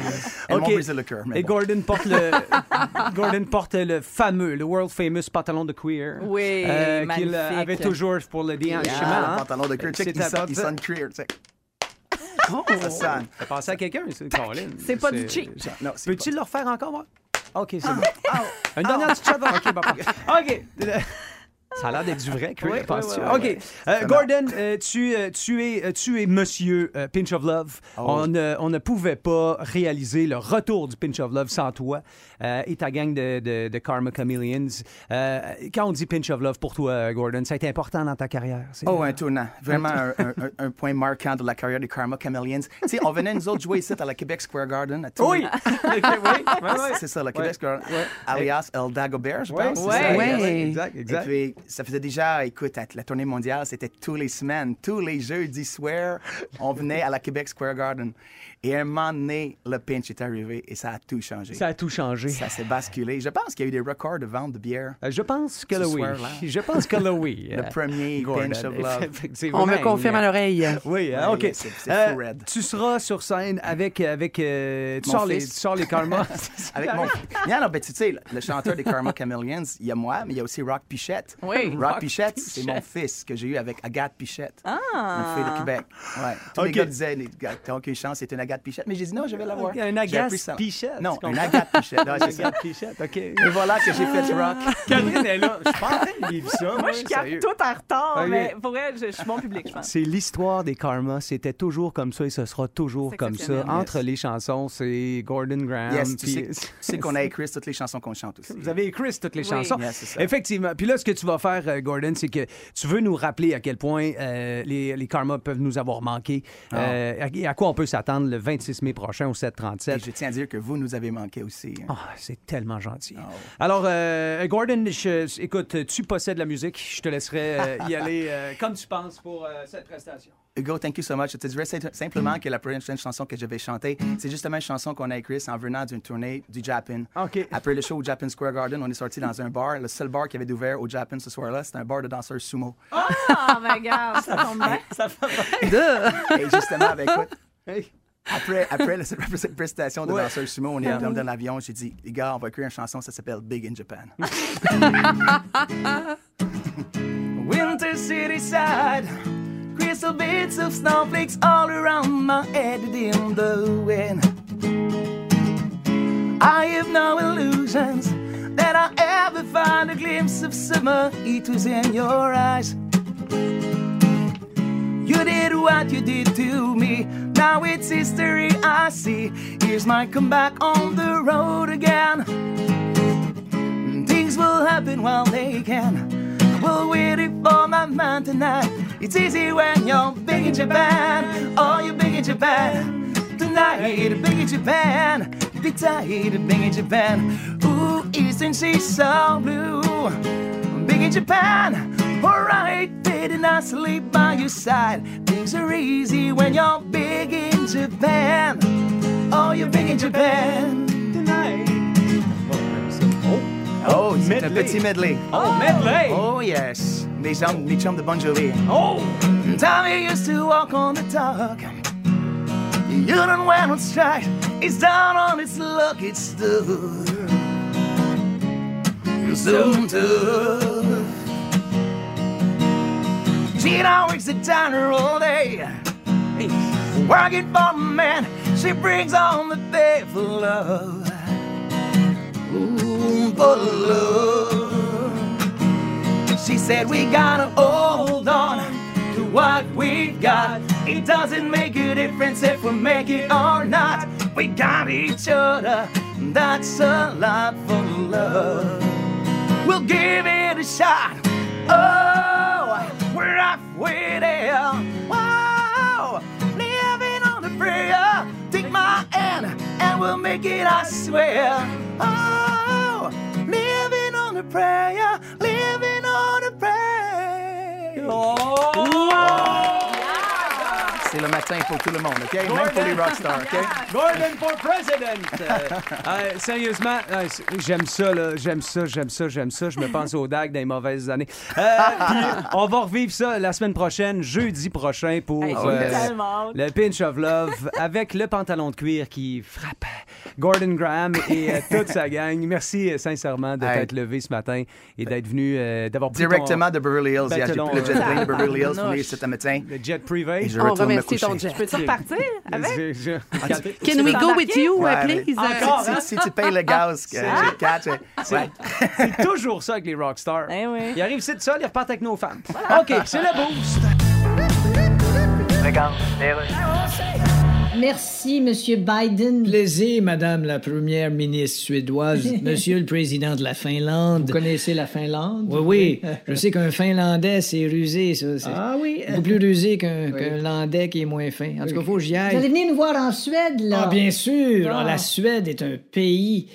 [SPEAKER 9] Elles m'ont
[SPEAKER 2] Ok.
[SPEAKER 9] brisé le cœur, mais
[SPEAKER 2] Et
[SPEAKER 9] bon.
[SPEAKER 2] Gordon porte le [LAUGHS] Gordon porte le fameux, le world famous pantalon de queer.
[SPEAKER 4] Oui, magnifique.
[SPEAKER 2] qu'il euh, avait toujours pour le déhanchement.
[SPEAKER 9] Ah,
[SPEAKER 2] hein.
[SPEAKER 9] le pantalon de cœur, check,
[SPEAKER 2] C'est
[SPEAKER 9] il,
[SPEAKER 2] à
[SPEAKER 9] sonne, il
[SPEAKER 2] partir-
[SPEAKER 9] sonne queer, check. Ça sonne.
[SPEAKER 2] T'as pensé à quelqu'un, c'est Colin.
[SPEAKER 4] C'est pas du cheap.
[SPEAKER 9] Non, c'est
[SPEAKER 2] Peux-tu le refaire encore, moi? OK, c'est bon.
[SPEAKER 4] Oh.
[SPEAKER 2] Une dernière petite shot.
[SPEAKER 4] [LAUGHS]
[SPEAKER 2] OK, bon, bon. OK. Ça a l'air d'être du vrai, Chris,
[SPEAKER 4] Oui,
[SPEAKER 2] penses-tu?
[SPEAKER 4] oui,
[SPEAKER 2] OK. Euh, Gordon, euh, tu, euh, tu, es, euh, tu es monsieur euh, Pinch of Love.
[SPEAKER 9] Ah
[SPEAKER 2] On, euh, on ne pouvait pas réaliser le retour du Pinch of Love sans toi euh, et ta gang de, de- de Karma Chameleons. Euh, quand on dit Pinch of Love pour toi, euh, Gordon, ça a été important dans ta carrière. c'est- euh,
[SPEAKER 9] Oh, un tournant. Vraiment un, un- un- un point marquant de la carrière des Karma Chameleons. tu sais, on venait nous autres jouer ici à la Québec Square Garden. À tous
[SPEAKER 2] Oui!
[SPEAKER 9] les-
[SPEAKER 2] oui, oui, oui.
[SPEAKER 9] Ah, C'est ça, la Québec Square Garden. Alias El Dagobert, je
[SPEAKER 2] Ouais,
[SPEAKER 9] pense. c'est
[SPEAKER 2] c'est
[SPEAKER 9] ça?
[SPEAKER 2] ça,
[SPEAKER 3] Ouais.
[SPEAKER 2] exact, Exact, exact.
[SPEAKER 9] Et puis, ça faisait déjà, écoute, à la tournée mondiale, c'était tous les semaines, tous les jeudis soirs, on venait à la Québec Square Garden. Et à un moment donné, le pinch est arrivé et ça a tout changé.
[SPEAKER 2] Ça
[SPEAKER 9] Ça,
[SPEAKER 2] a tout changé.
[SPEAKER 9] s'est basculé. Je pense qu'il y a eu des records de vente de bière.
[SPEAKER 2] Euh, Je pense que
[SPEAKER 9] Ce
[SPEAKER 2] le oui.
[SPEAKER 9] soir-là.
[SPEAKER 2] Je pense que le oui.
[SPEAKER 9] [LAUGHS] Le premier pinch of
[SPEAKER 2] [LAUGHS]
[SPEAKER 9] love.
[SPEAKER 3] On me confirme à l'oreille.
[SPEAKER 2] Oui, hein,
[SPEAKER 9] Ouais,
[SPEAKER 2] OK.
[SPEAKER 9] là, c'est- c'est
[SPEAKER 2] Euh,
[SPEAKER 9] fou raide.
[SPEAKER 2] tu seras sur scène avec. avec euh, tu,
[SPEAKER 9] Mon
[SPEAKER 2] sors les, tu
[SPEAKER 9] fils.
[SPEAKER 2] sors les
[SPEAKER 9] [LAUGHS]
[SPEAKER 2] karmas.
[SPEAKER 9] Avec mon... Non, non, ben, tu sais, le chanteur des Karma Chameleons, il y a moi, mais il y a aussi Rock Pichette.
[SPEAKER 4] Oui,
[SPEAKER 9] Rock,
[SPEAKER 4] Rock
[SPEAKER 9] Pichette, c'est mon fils que j'ai eu avec Agathe Pichette. Ah! Une fille de Québec. Ouais. Tous les
[SPEAKER 2] Ok.
[SPEAKER 9] gars disaient, les gars, t'as aucune chance, c'est une Agathe Pichette. Mais j'ai dit non, je vais l'avoir.
[SPEAKER 2] Ok, un
[SPEAKER 9] J'ai
[SPEAKER 2] Agathe
[SPEAKER 9] appris ça.
[SPEAKER 2] Pichette,
[SPEAKER 9] Non,
[SPEAKER 2] tu
[SPEAKER 9] un
[SPEAKER 2] comprends?
[SPEAKER 9] Agathe Pichette. Non, c'est ça.
[SPEAKER 2] Regarde, Pichette, OK.
[SPEAKER 9] Et voilà que j'ai fait du rock.
[SPEAKER 4] Ah.
[SPEAKER 2] Catherine est là. Je suis pas en train de vivre ça.
[SPEAKER 4] Moi,
[SPEAKER 2] moi,
[SPEAKER 4] je
[SPEAKER 2] sérieux.
[SPEAKER 4] capte tout en retard,
[SPEAKER 2] Ah,
[SPEAKER 4] mais pour vrai, je, je suis bon public, je pense.
[SPEAKER 2] C'est l'histoire des karmas. C'était toujours comme ça et ce sera toujours
[SPEAKER 4] C'est
[SPEAKER 2] comme ça.
[SPEAKER 4] exceptionnel.
[SPEAKER 2] Entre les chansons, c'est Gordon Graham.
[SPEAKER 9] Yes, tu
[SPEAKER 2] puis-
[SPEAKER 9] sais,
[SPEAKER 2] [LAUGHS]
[SPEAKER 9] tu sais qu'on a écrit toutes les chansons qu'on chante aussi.
[SPEAKER 2] Vous avez écrit toutes les
[SPEAKER 4] Oui.
[SPEAKER 2] chansons.
[SPEAKER 9] Yeah, c'est ça.
[SPEAKER 2] Effectivement. Puis là, ce que tu vas faire, euh, Gordon, c'est que tu veux nous rappeler à quel point euh, les, les karmas peuvent nous avoir manqué
[SPEAKER 9] Ah.
[SPEAKER 2] euh, à- et à quoi on peut s'attendre le 26 mai prochain au
[SPEAKER 9] Et
[SPEAKER 2] 737.
[SPEAKER 9] je tiens à dire que vous nous avez manqué aussi. hein. Ah,
[SPEAKER 2] Ah, c'est tellement gentil. Alors, euh, Gordon, je- écoute, tu possèdes la musique. Je te laisserai euh, y aller euh, comme tu penses pour euh, cette prestation.
[SPEAKER 9] [LAUGHS] Hugo, thank you so much. Je te dirais sim- simplement que la prochaine chanson que je vais chanter, c'est justement une chanson qu'on a écrite en venant d'une tournée du Japan.
[SPEAKER 2] OK.
[SPEAKER 9] Après le show au Japan Square Garden, on est sorti dans un bar. Le seul bar qui avait ouvert au Japan ce soir-là, c'était un bar de danseurs sumo.
[SPEAKER 4] Oh my God, ça tombe bien.
[SPEAKER 9] [LAUGHS] Et justement, ben, écoute, après, après, la- [LAUGHS] après cette prestation de danseurs sumo,
[SPEAKER 2] Ah,
[SPEAKER 9] on est dans, dans l'avion. J'ai dit, les gars, on va écrire une chanson, ça s'appelle Big in Japan. Winter City side. Crystal bits of snowflakes all around my head in the wind. I have no illusions that I ever find a glimpse of summer. It was in your eyes. You did what you did to me. Now it's history I see. Here's my comeback on the road again. Things will happen while they can. We'll wait it for my man tonight. It's easy when you're big in Japan. Oh, you're big in Japan. Tonight, big in Japan. Big tight, big in Japan. Ooh, isn't she so blue? Big in Japan. Alright, didn't I sleep by your side? Things are easy when you're big in Japan. Oh, you're big in Japan. Oh, c'est un
[SPEAKER 2] medley.
[SPEAKER 9] petit medley.
[SPEAKER 2] Oh, medley!
[SPEAKER 9] Oh yes, mes chums, mes chums de Bon Jovi.
[SPEAKER 2] Oh!
[SPEAKER 9] Tommy used to walk on the dock. You don't wear no stripes. It's down on its luck. It's stood. So tough. Gina works the diner all day. Working for a man, she brings on the pay for love. Ooh, for love. She said we gotta hold on to what we've got. It doesn't make a difference if we make it or not. We got each other. That's a lot for love. We'll give it a shot. Oh, we're halfway there. Wow, living on the prayer. Take my hand and we'll make it. I swear. Oh, living on the prayer. Living on the prayer.
[SPEAKER 2] Oh!
[SPEAKER 9] C'est le matin pour tout le monde, OK? Même pour les rockstars,
[SPEAKER 2] [LAUGHS]
[SPEAKER 9] OK?
[SPEAKER 2] Gordon for president! Euh, [LAUGHS] euh, sérieusement, euh, c- j'aime ça, là. J'aime ça, j'aime ça, j'aime ça. Je me pense aux dagues des mauvaises années.
[SPEAKER 9] [LAUGHS]
[SPEAKER 2] Euh, puis on va revivre ça la semaine prochaine, jeudi prochain, pour euh,
[SPEAKER 4] Hey, j'ai tellement hâte.
[SPEAKER 2] le Pinch of
[SPEAKER 9] [LAUGHS]
[SPEAKER 2] Love avec le pantalon de cuir qui frappe Gordon Graham et euh, toute sa gang. Merci euh, sincèrement de
[SPEAKER 9] Hey.
[SPEAKER 2] t'être levé ce matin et d'être venu, euh, d'avoir pris ton-
[SPEAKER 9] Directement de Beverly Hills, hier. J'ai
[SPEAKER 2] Batelon,
[SPEAKER 9] pris le jet
[SPEAKER 2] euh,
[SPEAKER 9] plane de
[SPEAKER 2] [LAUGHS]
[SPEAKER 9] Beverly Hills pour
[SPEAKER 4] tabarnouche.
[SPEAKER 9] venir ici ce matin.
[SPEAKER 2] le jet privé.
[SPEAKER 9] Et je
[SPEAKER 3] On
[SPEAKER 9] retourne me
[SPEAKER 3] remercie ton
[SPEAKER 9] coucher.
[SPEAKER 3] jet.
[SPEAKER 4] Peux-tu repartir avec?
[SPEAKER 2] Je- je-
[SPEAKER 3] Can we go with you,
[SPEAKER 9] Ouais,
[SPEAKER 3] uh,
[SPEAKER 9] mais-
[SPEAKER 3] please?
[SPEAKER 9] Ah, si, si- si tu payes le gaz, que j'ai catch. Ouais.
[SPEAKER 2] hein? [LAUGHS] C'est toujours ça avec les rockstars.
[SPEAKER 4] Eh oui.
[SPEAKER 2] Ils arrivent ici de seul, ils repartent avec nos femmes. OK, c'est le boost.
[SPEAKER 10] Merci, Monsieur Biden.
[SPEAKER 6] Plaisir, Madame la Première ministre
[SPEAKER 10] [LAUGHS]
[SPEAKER 6] suédoise, Monsieur le Président de la Finlande. Vous connaissez la Finlande? Oui, [LAUGHS] oui. Je sais qu'un Finlandais, c'est rusé, ça. Ah oui? Beaucoup plus rusé qu'un qu'un Landais qui est moins fin. En tout cas, faut que j'y
[SPEAKER 10] Vous allez
[SPEAKER 6] aille.
[SPEAKER 10] venir nous voir en Suède, là.
[SPEAKER 6] Ah, bien sûr!
[SPEAKER 10] Ah.
[SPEAKER 6] Ah, la Suède est un pays...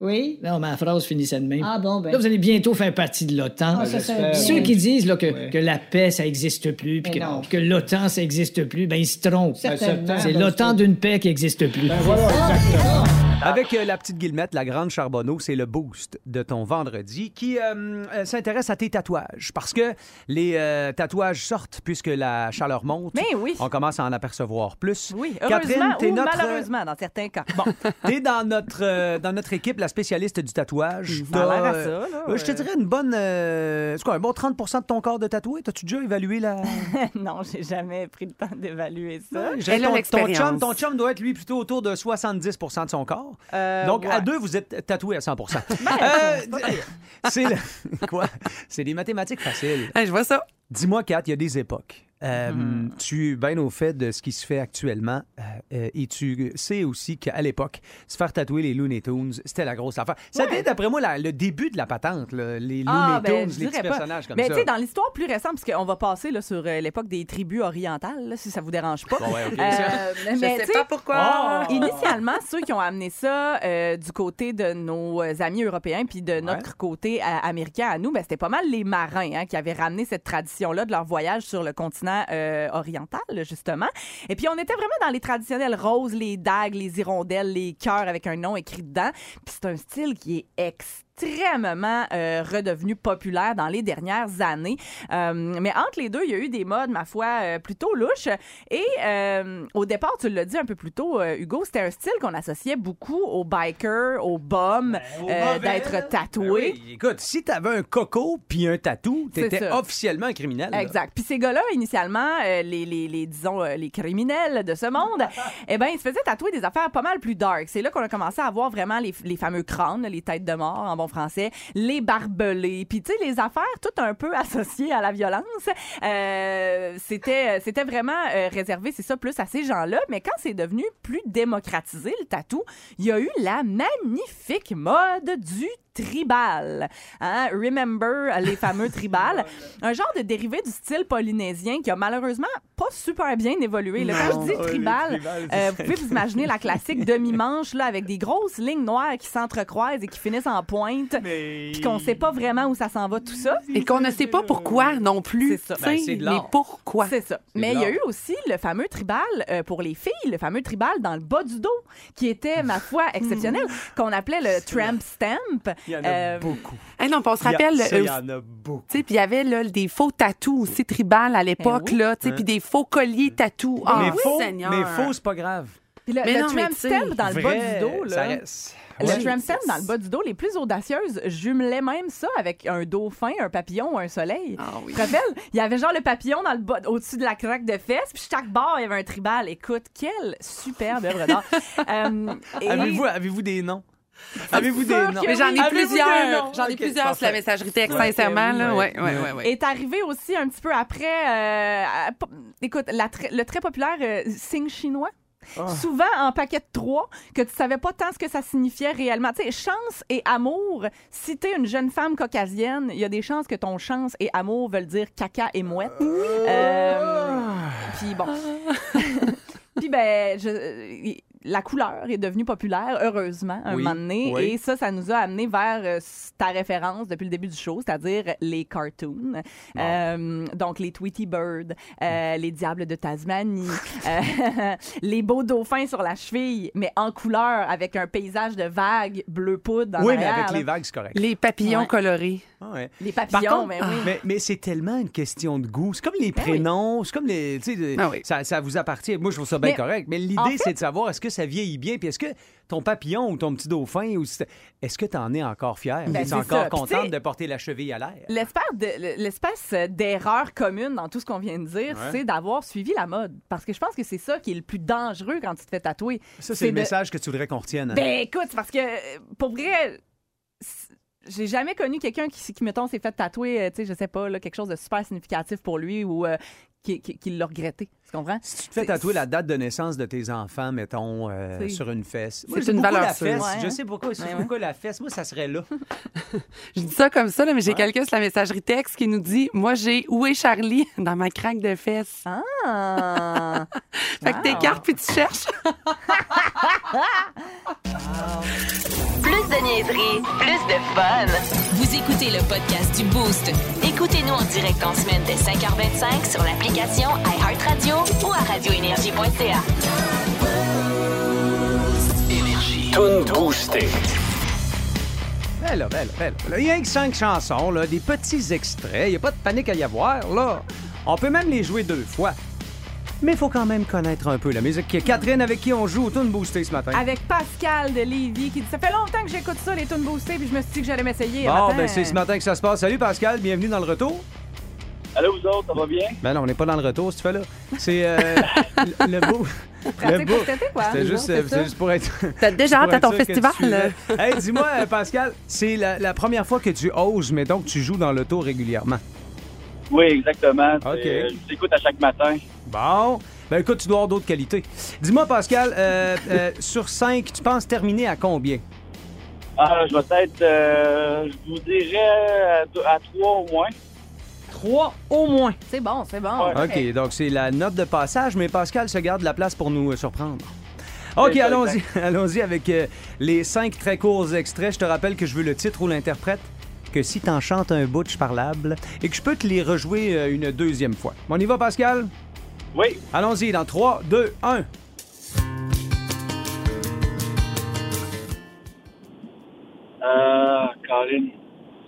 [SPEAKER 10] Oui.
[SPEAKER 6] Non, ma phrase finissait de même.
[SPEAKER 10] Ah bon, ben.
[SPEAKER 6] Là, vous allez bientôt faire partie de l'OTAN.
[SPEAKER 10] Ah, ça, ça-
[SPEAKER 6] Ceux qui disent là, que,
[SPEAKER 5] Ouais.
[SPEAKER 6] que la paix, ça n'existe plus, puis
[SPEAKER 10] Mais
[SPEAKER 6] que,
[SPEAKER 10] non.
[SPEAKER 6] puis que l'OTAN, ça n'existe plus, ben ils se trompent.
[SPEAKER 10] Certainement.
[SPEAKER 6] C'est l'OTAN d'une paix qui n'existe plus.
[SPEAKER 2] Ben, Avec euh, la petite guillemette, la grande charbonneau, c'est le boost de ton vendredi qui euh, euh, s'intéresse à tes tatouages parce que les euh, tatouages sortent puisque la chaleur monte.
[SPEAKER 4] Mais oui.
[SPEAKER 2] On commence à en apercevoir plus.
[SPEAKER 4] Oui,
[SPEAKER 2] Catherine,
[SPEAKER 4] heureusement
[SPEAKER 2] t'es
[SPEAKER 4] ou
[SPEAKER 2] notre, euh,
[SPEAKER 4] malheureusement dans certains cas. Bon,
[SPEAKER 2] [LAUGHS] T'es dans notre euh, dans notre équipe, la spécialiste du tatouage.
[SPEAKER 4] Mm-hmm. Ça a
[SPEAKER 2] T'as,
[SPEAKER 4] l'air à
[SPEAKER 2] euh,
[SPEAKER 4] ça, là,
[SPEAKER 2] euh, Je te
[SPEAKER 4] euh.
[SPEAKER 2] dirais une bonne, euh, c'est quoi, un bon 30% de ton corps de tatoué. T'as-tu déjà évalué
[SPEAKER 4] [LAUGHS]
[SPEAKER 2] la
[SPEAKER 4] [LAUGHS] non, j'ai jamais pris le temps d'évaluer ça.
[SPEAKER 2] Ouais,
[SPEAKER 3] Elle a
[SPEAKER 2] ton- ton,
[SPEAKER 3] l'expérience.
[SPEAKER 2] chum, ton chum doit être, lui, plutôt autour de 70 de son corps.
[SPEAKER 4] Euh,
[SPEAKER 2] Donc, à
[SPEAKER 4] ouais. Ben,
[SPEAKER 2] deux, vous êtes tatoué à 100
[SPEAKER 4] [LAUGHS]
[SPEAKER 2] Euh, [LAUGHS] C'est le- quoi? C'est des mathématiques faciles.
[SPEAKER 3] Hey, je vois ça.
[SPEAKER 2] Dis-moi, Kat, il y a des époques. Euh,
[SPEAKER 4] Hmm.
[SPEAKER 2] Tu es bien au fait de ce qui se fait actuellement euh, euh, et tu sais aussi qu'à l'époque, se faire tatouer les Looney Tunes, c'était la grosse affaire. Ça devait, d'après moi, la- le début de la patente, là, les Looney
[SPEAKER 4] Ah,
[SPEAKER 2] Tunes,
[SPEAKER 4] ben, je
[SPEAKER 2] les petits
[SPEAKER 4] dirais pas.
[SPEAKER 2] personnages comme
[SPEAKER 4] Mais
[SPEAKER 2] ça.
[SPEAKER 4] tu sais, dans l'histoire plus récente, parce qu'on va passer là, sur euh, l'époque des tribus orientales, là, si ça vous dérange pas. Euh,
[SPEAKER 2] Bon, ouais, ok.
[SPEAKER 3] [LAUGHS]
[SPEAKER 2] Oh!
[SPEAKER 3] Je
[SPEAKER 4] mais
[SPEAKER 3] sais
[SPEAKER 4] tu sais,
[SPEAKER 3] pas pourquoi.
[SPEAKER 4] Initialement, ceux qui ont amené ça euh, du côté de nos euh, amis européens puis de notre côté euh, américain à nous, ben, c'était pas mal les marins hein, qui avaient ramené cette tradition-là de leur voyage sur le continent euh, oriental, justement. Et puis, on était vraiment dans les traditionnels roses, les dagues, les hirondelles, les cœurs avec un nom écrit dedans. Puis, c'est un style qui est extrêmement euh, redevenu populaire dans les dernières années. Euh, mais entre les deux, il y a eu des modes, ma foi, euh, plutôt louches. Et euh, au départ, tu l'as dit un peu plus tôt, euh, Hugo, c'était un style qu'on associait beaucoup aux bikers, aux bums, euh, d'être
[SPEAKER 2] Ben
[SPEAKER 4] tatoué.
[SPEAKER 2] oui, écoute, si t'avais un coco puis un tatou,
[SPEAKER 4] C'est
[SPEAKER 2] t'étais
[SPEAKER 4] ça.
[SPEAKER 2] officiellement un criminel. là.
[SPEAKER 4] Exact. Puis ces gars-là, initialement, euh, les, les, les, disons, euh, les criminels de
[SPEAKER 2] [LAUGHS]
[SPEAKER 4] ce monde, eh ben, ils se faisaient tatouer des affaires pas mal plus dark. C'est là qu'on a commencé à voir vraiment les, les fameux crânes, les têtes de mort en bon français, les barbelés, puis tu sais, les affaires toutes un peu [LAUGHS] associées à la violence. Euh, c'était, c'était vraiment euh, réservé, c'est ça, plus à ces gens-là. Mais quand c'est devenu plus démocratisé, le tatou, il y a eu la magnifique mode du tribal. Hein? Remember
[SPEAKER 2] [LAUGHS]
[SPEAKER 4] les fameux tribales. Un genre de dérivé du style polynésien qui a malheureusement pas super bien évolué. Là, quand je dis tribal, euh, vous pouvez vous imaginer
[SPEAKER 2] [LAUGHS]
[SPEAKER 4] la classique demi-manche là, avec des grosses lignes noires qui s'entrecroisent et qui finissent en pointe, puis qu'on sait pas vraiment où ça s'en va, tout ça.
[SPEAKER 3] Et qu'on ne sait pas pourquoi non plus.
[SPEAKER 4] C'est ça.
[SPEAKER 3] tu
[SPEAKER 2] Ben,
[SPEAKER 3] sais,
[SPEAKER 2] c'est de
[SPEAKER 3] mais
[SPEAKER 2] l'art.
[SPEAKER 3] pourquoi?
[SPEAKER 4] C'est ça. Mais il y
[SPEAKER 2] bizarre.
[SPEAKER 4] a eu aussi le fameux tribal euh, pour les filles, le fameux tribal dans le bas du dos, qui était,
[SPEAKER 2] [LAUGHS]
[SPEAKER 4] ma foi, exceptionnel, qu'on appelait le tramp stamp.
[SPEAKER 2] Il y en a
[SPEAKER 4] Euh,
[SPEAKER 2] beaucoup.
[SPEAKER 3] Hey, non, puis on se
[SPEAKER 2] Il y a-
[SPEAKER 3] rappelle.
[SPEAKER 2] ça, il y
[SPEAKER 3] euh,
[SPEAKER 2] en a beaucoup.
[SPEAKER 3] tu sais, puis il y avait là, des faux tatous aussi tribales à l'époque,
[SPEAKER 4] Eh oui.
[SPEAKER 3] là, tu sais,
[SPEAKER 2] Hein?
[SPEAKER 3] puis des faux colliers tatous. Ah,
[SPEAKER 2] mais,
[SPEAKER 3] oui,
[SPEAKER 2] faux,
[SPEAKER 3] Seigneur.
[SPEAKER 2] mais faux, c'est pas grave.
[SPEAKER 4] puis le,
[SPEAKER 3] Mais
[SPEAKER 4] le
[SPEAKER 3] non, mais
[SPEAKER 4] tramp
[SPEAKER 3] tu sais,
[SPEAKER 4] stamp dans le
[SPEAKER 2] Vrai,
[SPEAKER 4] bas du dos, là.
[SPEAKER 2] ça reste-
[SPEAKER 4] Le
[SPEAKER 2] Ouais.
[SPEAKER 4] tramp stamp dans le bas du dos, les plus audacieuses jumelaient même ça avec un dauphin, un papillon ou un soleil.
[SPEAKER 3] Ah oui.
[SPEAKER 4] Tu te rappelles? Il y avait genre le papillon dans le bas, au-dessus de la craque de fesses, puis chaque barre, il y avait un tribal. Écoute, quelle superbe
[SPEAKER 3] [LAUGHS]
[SPEAKER 4] œuvre d'art. Euh, et-
[SPEAKER 2] Avez-vous avez des noms? Avez-vous des
[SPEAKER 4] sûr
[SPEAKER 2] noms?
[SPEAKER 4] que
[SPEAKER 3] Mais j'en ai
[SPEAKER 2] Avez-vous des noms?
[SPEAKER 3] plusieurs. J'en ai
[SPEAKER 2] Ok,
[SPEAKER 3] plusieurs sur
[SPEAKER 2] parfait.
[SPEAKER 3] la messagerie texte,
[SPEAKER 2] Ouais,
[SPEAKER 3] sincèrement.
[SPEAKER 2] oui,
[SPEAKER 3] là.
[SPEAKER 2] ouais.
[SPEAKER 3] Ouais, ouais, ouais, ouais.
[SPEAKER 4] est arrivé aussi un petit peu après, euh, à- po- écoute, la tr- le très populaire euh, signe chinois.
[SPEAKER 2] Ah.
[SPEAKER 4] Souvent en paquet de trois, que tu savais pas tant ce que ça signifiait réellement. Tu sais, chance et amour, si t'es une jeune femme caucasienne, il y a des chances que ton chance et amour veulent dire caca et mouette.
[SPEAKER 2] Ah.
[SPEAKER 4] Euh, Puis bon. Puis ben, je- la couleur est devenue populaire, heureusement, un
[SPEAKER 11] Oui,
[SPEAKER 4] moment donné.
[SPEAKER 11] oui.
[SPEAKER 4] Et ça, ça nous a amené vers euh, ta référence depuis le début du show, c'est-à-dire les cartoons. Euh, donc, les Tweety
[SPEAKER 2] Mm.
[SPEAKER 4] Bird, euh, les Diables de Tasmanie, euh, [LAUGHS] les beaux dauphins sur la cheville, mais en couleur, avec un paysage de vagues bleu poudre. en
[SPEAKER 2] Oui, mais
[SPEAKER 4] arrière,
[SPEAKER 2] avec
[SPEAKER 4] là.
[SPEAKER 2] les vagues, c'est correct.
[SPEAKER 3] Les papillons
[SPEAKER 4] Ouais.
[SPEAKER 3] colorés.
[SPEAKER 2] Ah ouais.
[SPEAKER 4] Les
[SPEAKER 2] Par
[SPEAKER 4] papillons,
[SPEAKER 2] contre,
[SPEAKER 4] mais oui.
[SPEAKER 2] mais, mais c'est tellement une question de goût. C'est comme les prénoms, c'est comme les. tu sais, de-
[SPEAKER 3] Ah oui.
[SPEAKER 2] ça, ça vous appartient. Moi, je trouve ça bien
[SPEAKER 4] Mais,
[SPEAKER 2] correct. Mais l'idée,
[SPEAKER 4] en fait-
[SPEAKER 2] c'est de savoir est-ce que ça vieillit bien, puis est-ce que ton papillon ou ton petit dauphin, ou si t'as- est-ce que tu en es encore fier?
[SPEAKER 4] Ben,
[SPEAKER 2] es
[SPEAKER 4] c'est
[SPEAKER 2] encore
[SPEAKER 4] ça. Puis, tu
[SPEAKER 2] contente
[SPEAKER 4] sais-
[SPEAKER 2] de porter la cheville à l'air?
[SPEAKER 4] L'espère de- L'espèce d'erreur commune dans tout ce qu'on vient de dire,
[SPEAKER 2] Ouais.
[SPEAKER 4] c'est d'avoir suivi la mode. Parce que je pense que c'est ça qui est le plus dangereux quand tu te fais tatouer.
[SPEAKER 2] Ça, c'est le
[SPEAKER 4] de-
[SPEAKER 2] message que tu voudrais qu'on retienne. hein?
[SPEAKER 4] Ben écoute, c'est parce que euh, pour vrai, c'est- j'ai jamais connu quelqu'un qui, qui, mettons, s'est fait tatouer, euh, tu sais, je sais pas, là, quelque chose de super significatif pour lui ou euh, qui, qui- qui l'a regretté. Tu comprends?
[SPEAKER 2] Tu te fais tatouer la date de naissance de tes enfants, mettons, euh,
[SPEAKER 4] C'est-
[SPEAKER 2] sur une fesse.
[SPEAKER 3] c'est
[SPEAKER 2] j'aime
[SPEAKER 3] une
[SPEAKER 2] beaucoup
[SPEAKER 3] valeur
[SPEAKER 2] la
[SPEAKER 3] sûre.
[SPEAKER 2] fesse.
[SPEAKER 3] Ouais,
[SPEAKER 2] Je
[SPEAKER 3] hein?
[SPEAKER 2] sais pourquoi, je sais
[SPEAKER 3] Ouais, ouais.
[SPEAKER 2] pourquoi la fesse. Moi, ça serait là. [LAUGHS]
[SPEAKER 3] Je dis ça comme ça, là, mais j'ai quelqu'un sur la messagerie texte qui nous dit Moi, j'ai Où est Charlie [LAUGHS] dans ma craque de fesses.
[SPEAKER 4] Ah!
[SPEAKER 3] [LAUGHS] fait que t'écartes puis tu cherches. [LAUGHS]
[SPEAKER 1] Plus de niaiserie, plus de fun. Vous écoutez le podcast du Boost. Écoutez-nous en direct en semaine dès 5h25 sur l'application iHeartRadio ou à radioénergie.ca.
[SPEAKER 7] Toon boosté.
[SPEAKER 2] Ben là, ben là, ben là. Là, Il y a que cinq chansons, là, des petits extraits. Il n'y a pas de panique à y avoir, là. On peut même les jouer deux fois. Mais il faut quand même connaître un peu la musique. Catherine, avec qui on joue au Toon Boosté ce matin.
[SPEAKER 4] Avec Pascal de Lévis qui dit Ça fait longtemps que j'écoute ça, les tunes boostées, puis je me suis dit que j'allais m'essayer.
[SPEAKER 2] Bon,
[SPEAKER 4] Matin.
[SPEAKER 2] ben c'est ce matin que ça se passe. Salut Pascal, bienvenue dans le retour.
[SPEAKER 12] Allô, vous autres, ça va bien?
[SPEAKER 2] Ben non, on n'est pas dans le retour, si tu fais là.
[SPEAKER 3] [LAUGHS]
[SPEAKER 2] C'est euh, le- le beau.
[SPEAKER 12] Pratique pour cet été, quoi.
[SPEAKER 2] C'était juste,
[SPEAKER 12] C'est
[SPEAKER 2] euh,
[SPEAKER 12] ça.
[SPEAKER 2] c'est juste pour être.
[SPEAKER 3] [LAUGHS] T'as déjà
[SPEAKER 2] pour
[SPEAKER 3] hâte à
[SPEAKER 2] être
[SPEAKER 3] ton
[SPEAKER 2] sûr que tu
[SPEAKER 3] festival,
[SPEAKER 2] suivais.
[SPEAKER 3] là.
[SPEAKER 2] Hey, dis-moi, euh, Pascal, c'est la, la première fois que tu oses, mais donc tu joues dans le tour régulièrement.
[SPEAKER 12] Oui, exactement.
[SPEAKER 2] OK.
[SPEAKER 12] C'est, euh, je vous écoute à chaque matin.
[SPEAKER 2] Bon. Ben écoute, tu dois avoir d'autres qualités. Dis-moi, Pascal, euh, euh, sur 5, tu penses terminer à combien?
[SPEAKER 12] Ah, je vais être, euh, je vous dirais, à, deux- à trois au moins.
[SPEAKER 2] Trois au moins.
[SPEAKER 4] C'est bon, c'est bon.
[SPEAKER 2] OK, donc c'est la note de passage, mais Pascal se garde la place pour nous euh, surprendre. OK,
[SPEAKER 12] C'est ça,
[SPEAKER 2] allons-y [LAUGHS] allons-y avec euh, les cinq très courts extraits. Je te rappelle que je veux le titre ou l'interprète, que si t'en chantes un butch parlable et que je peux te les rejouer euh, une deuxième fois. On y va, Pascal?
[SPEAKER 12] Oui.
[SPEAKER 2] Allons-y, dans 3, 2, 1.
[SPEAKER 12] Euh, Karine,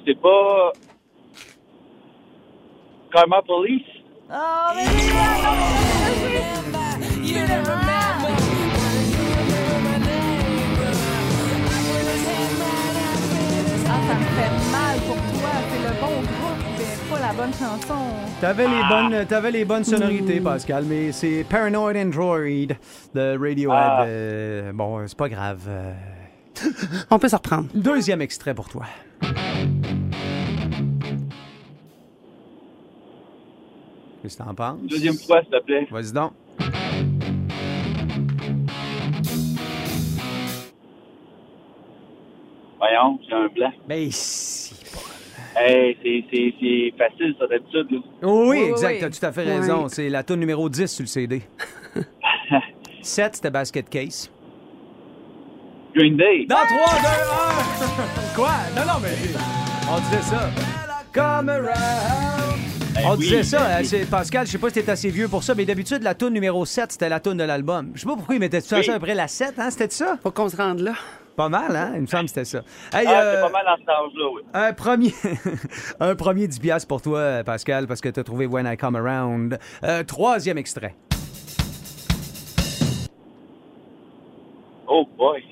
[SPEAKER 12] c'est pas. Karma Police?
[SPEAKER 4] Oh, mais Ah, ça me fait mal pour toi. C'est le bon groupe, mais pas la bonne chanson.
[SPEAKER 2] T'avais les bonnes, t'avais les bonnes sonorités, Pascal, mais c'est Paranoid Android de Radiohead.
[SPEAKER 3] Ah.
[SPEAKER 2] Euh, bon, c'est pas grave. euh.
[SPEAKER 3] On peut se reprendre.
[SPEAKER 2] Deuxième extrait pour toi. Qu'est-ce que t'en penses?
[SPEAKER 12] Deuxième fois, s'il te plaît.
[SPEAKER 2] Vas-y donc.
[SPEAKER 12] Voyons, j'ai un blanc.
[SPEAKER 2] Mais si.
[SPEAKER 12] Hey, c'est- c'est c'est facile, ça, d'habitude. là.
[SPEAKER 2] Oui, exact, t'as tout à fait raison.
[SPEAKER 12] Oui.
[SPEAKER 2] C'est la tour numéro 10 sur le CD. 7, c'était Basket Case.
[SPEAKER 12] Green Day.
[SPEAKER 2] Dans 3, 2, 1! Quoi? Non,
[SPEAKER 11] Ah,
[SPEAKER 2] non, mais on disait ça. Come around.
[SPEAKER 12] Ben
[SPEAKER 2] On
[SPEAKER 12] oui,
[SPEAKER 2] disait ça,
[SPEAKER 12] ben
[SPEAKER 2] euh,
[SPEAKER 12] oui.
[SPEAKER 2] c'est- Pascal, je sais pas si t'es assez vieux pour ça, mais d'habitude, la toune numéro 7, c'était la toune de l'album. Je sais pas pourquoi ils mettaient ça
[SPEAKER 12] Oui.
[SPEAKER 2] ça après la 7, hein? C'était ça?
[SPEAKER 3] Faut qu'on se rende là.
[SPEAKER 2] Pas mal, hein? Il me semble que c'était ça. Hey,
[SPEAKER 12] ah,
[SPEAKER 2] euh,
[SPEAKER 12] c'est pas mal dans cet âge-là, oui.
[SPEAKER 2] un premier, [LAUGHS] un premier 10 piastres pour toi, Pascal, parce que t'as trouvé When I Come Around. Euh, troisième extrait.
[SPEAKER 12] Oh boy.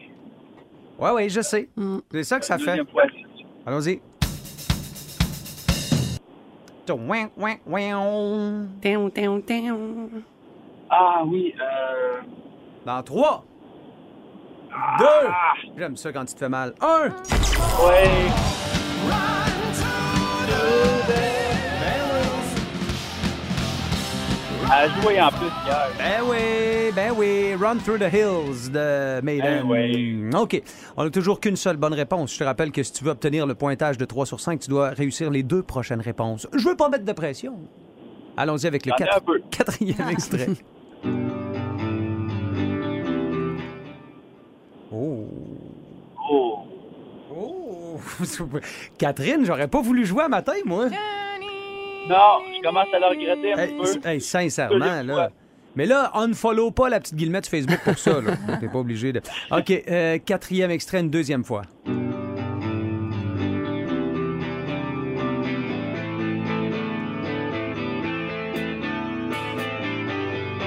[SPEAKER 2] Ouais, ouais, je sais. C'est ça que ça fait.
[SPEAKER 12] Deuxième fois.
[SPEAKER 2] Allons-y. Ouin, ouin, ouin.
[SPEAKER 12] Ah oui, euh... Ah.
[SPEAKER 2] Dans 3, 2, j'aime ça quand tu te fais mal. 1,
[SPEAKER 12] Ouais. À jouer en plus hier.
[SPEAKER 2] Ben oui, ben oui, Run Through the Hills de Maiden.
[SPEAKER 12] Ben oui.
[SPEAKER 2] OK. On n'a toujours qu'une seule bonne réponse. Je te rappelle que si tu veux obtenir le pointage de 3 sur 5, tu dois réussir les deux prochaines réponses. Je veux pas mettre de pression. Allons-y avec le [LAUGHS]
[SPEAKER 12] Attends
[SPEAKER 2] quatre-
[SPEAKER 12] un peu.
[SPEAKER 2] quatrième extrait. Oh. Oh. [LAUGHS] Catherine, j'aurais pas voulu jouer à matin, moi.
[SPEAKER 12] Non, je commence à le regretter un
[SPEAKER 2] Hey,
[SPEAKER 12] petit
[SPEAKER 2] s- hey, sincèrement, là. Mais là, on ne follow pas la petite guillemette Facebook pour ça. Là. T'es pas obligé de. OK, euh, quatrième extrait une deuxième fois.